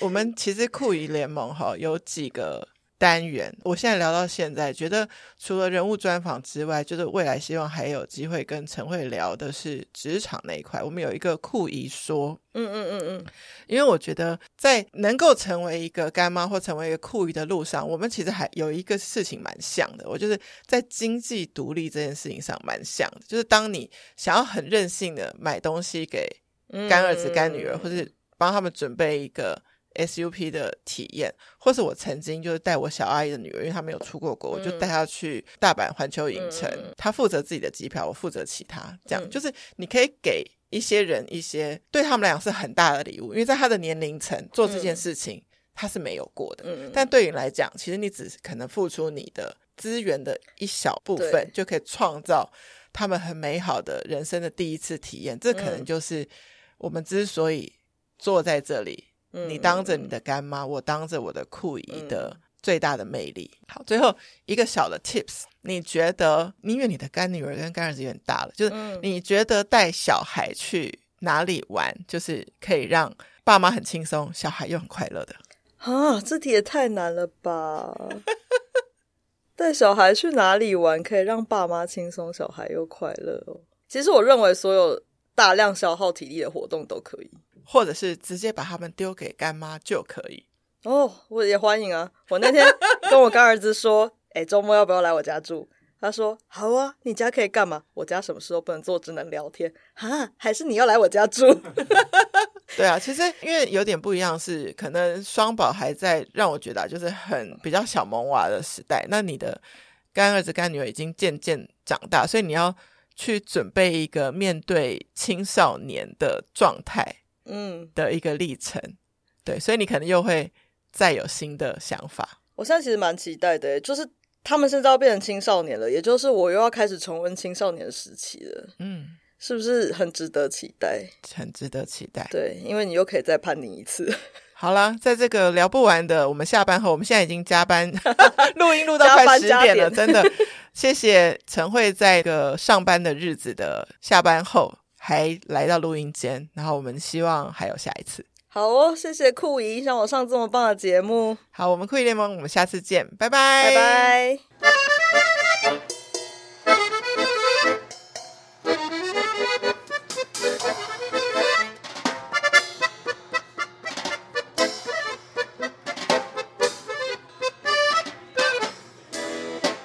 我们其实酷姨联盟哈有几个单元，我现在聊到现在，觉得除了人物专访之外，就是未来希望还有机会跟陈慧聊的是职场那一块。我们有一个酷姨说，
嗯嗯嗯嗯，
因为我觉得在能够成为一个干妈或成为一个酷姨的路上，我们其实还有一个事情蛮像的，我就是在经济独立这件事情上蛮像的，就是当你想要很任性的买东西给
嗯
干儿子、干女儿，或
者
是帮他们准备一个 SUP 的体验，或是我曾经就是带我小阿姨的女儿，因为她没有出过国，我
嗯
就带她去大阪环球影城，她负责自己的机票，我负责其他，这样、
嗯
就是你可以给一些人一些对他们来讲是很大的礼物，因为在她的年龄层做这件事情，她是没有过的。
嗯，
但对你来讲，其实你只是可能付出你的资源的一小部分
对，
就可以创造他们很美好的人生的第一次体验。这可能
嗯
就是我们之所以坐在这里，
嗯
你当着你的干妈，我当着我的酷姨的最大的魅力。好，最后一个小的 tips，你觉得，因为你的干女儿跟干儿子有点大了，就是
嗯
你觉得带小孩去哪里玩，就是可以让爸妈很轻松，小孩又很快乐的。
啊，这题也太难了吧！ 带小孩去哪里玩可以让爸妈轻松，小孩又快乐哦？其实我认为所有大量消耗体力的活动都可以
或者是直接把他们丢给干妈就可以。
哦，我也欢迎啊！我那天跟我干儿子说，哎、周末要不要来我家住？他说好啊，你家可以干嘛？我家什么事都不能做，只能聊天啊！还是你要来我家住？
对啊，其实因为有点不一样是，可能双宝还在让我觉得啊就是很比较小萌娃的时代，那你的干儿子干女儿已经渐渐长大，所以你要去准备一个面对青少年的状态
嗯，
的一个历程。对，所以你可能又会再有新的想法。
我现在其实蛮期待的，欸就是他们现在要变成青少年了，也就是我又要开始重温青少年时期了，
嗯，
是不是很值得期待？
很值得期待。
对，因为你又可以再叛逆一次，
好啦，在这个聊不完的，我们下班后，我们现在已经加 班录音录到
加
快
班
十
加
点了，
点
真的，谢谢陈慧在一个上班的日子的下班后还来到录音间，然后我们希望还有下一次。
好哦，谢谢酷姨让我上这么棒的节目，
好，我们酷艺联盟，我们下次见，拜
拜拜。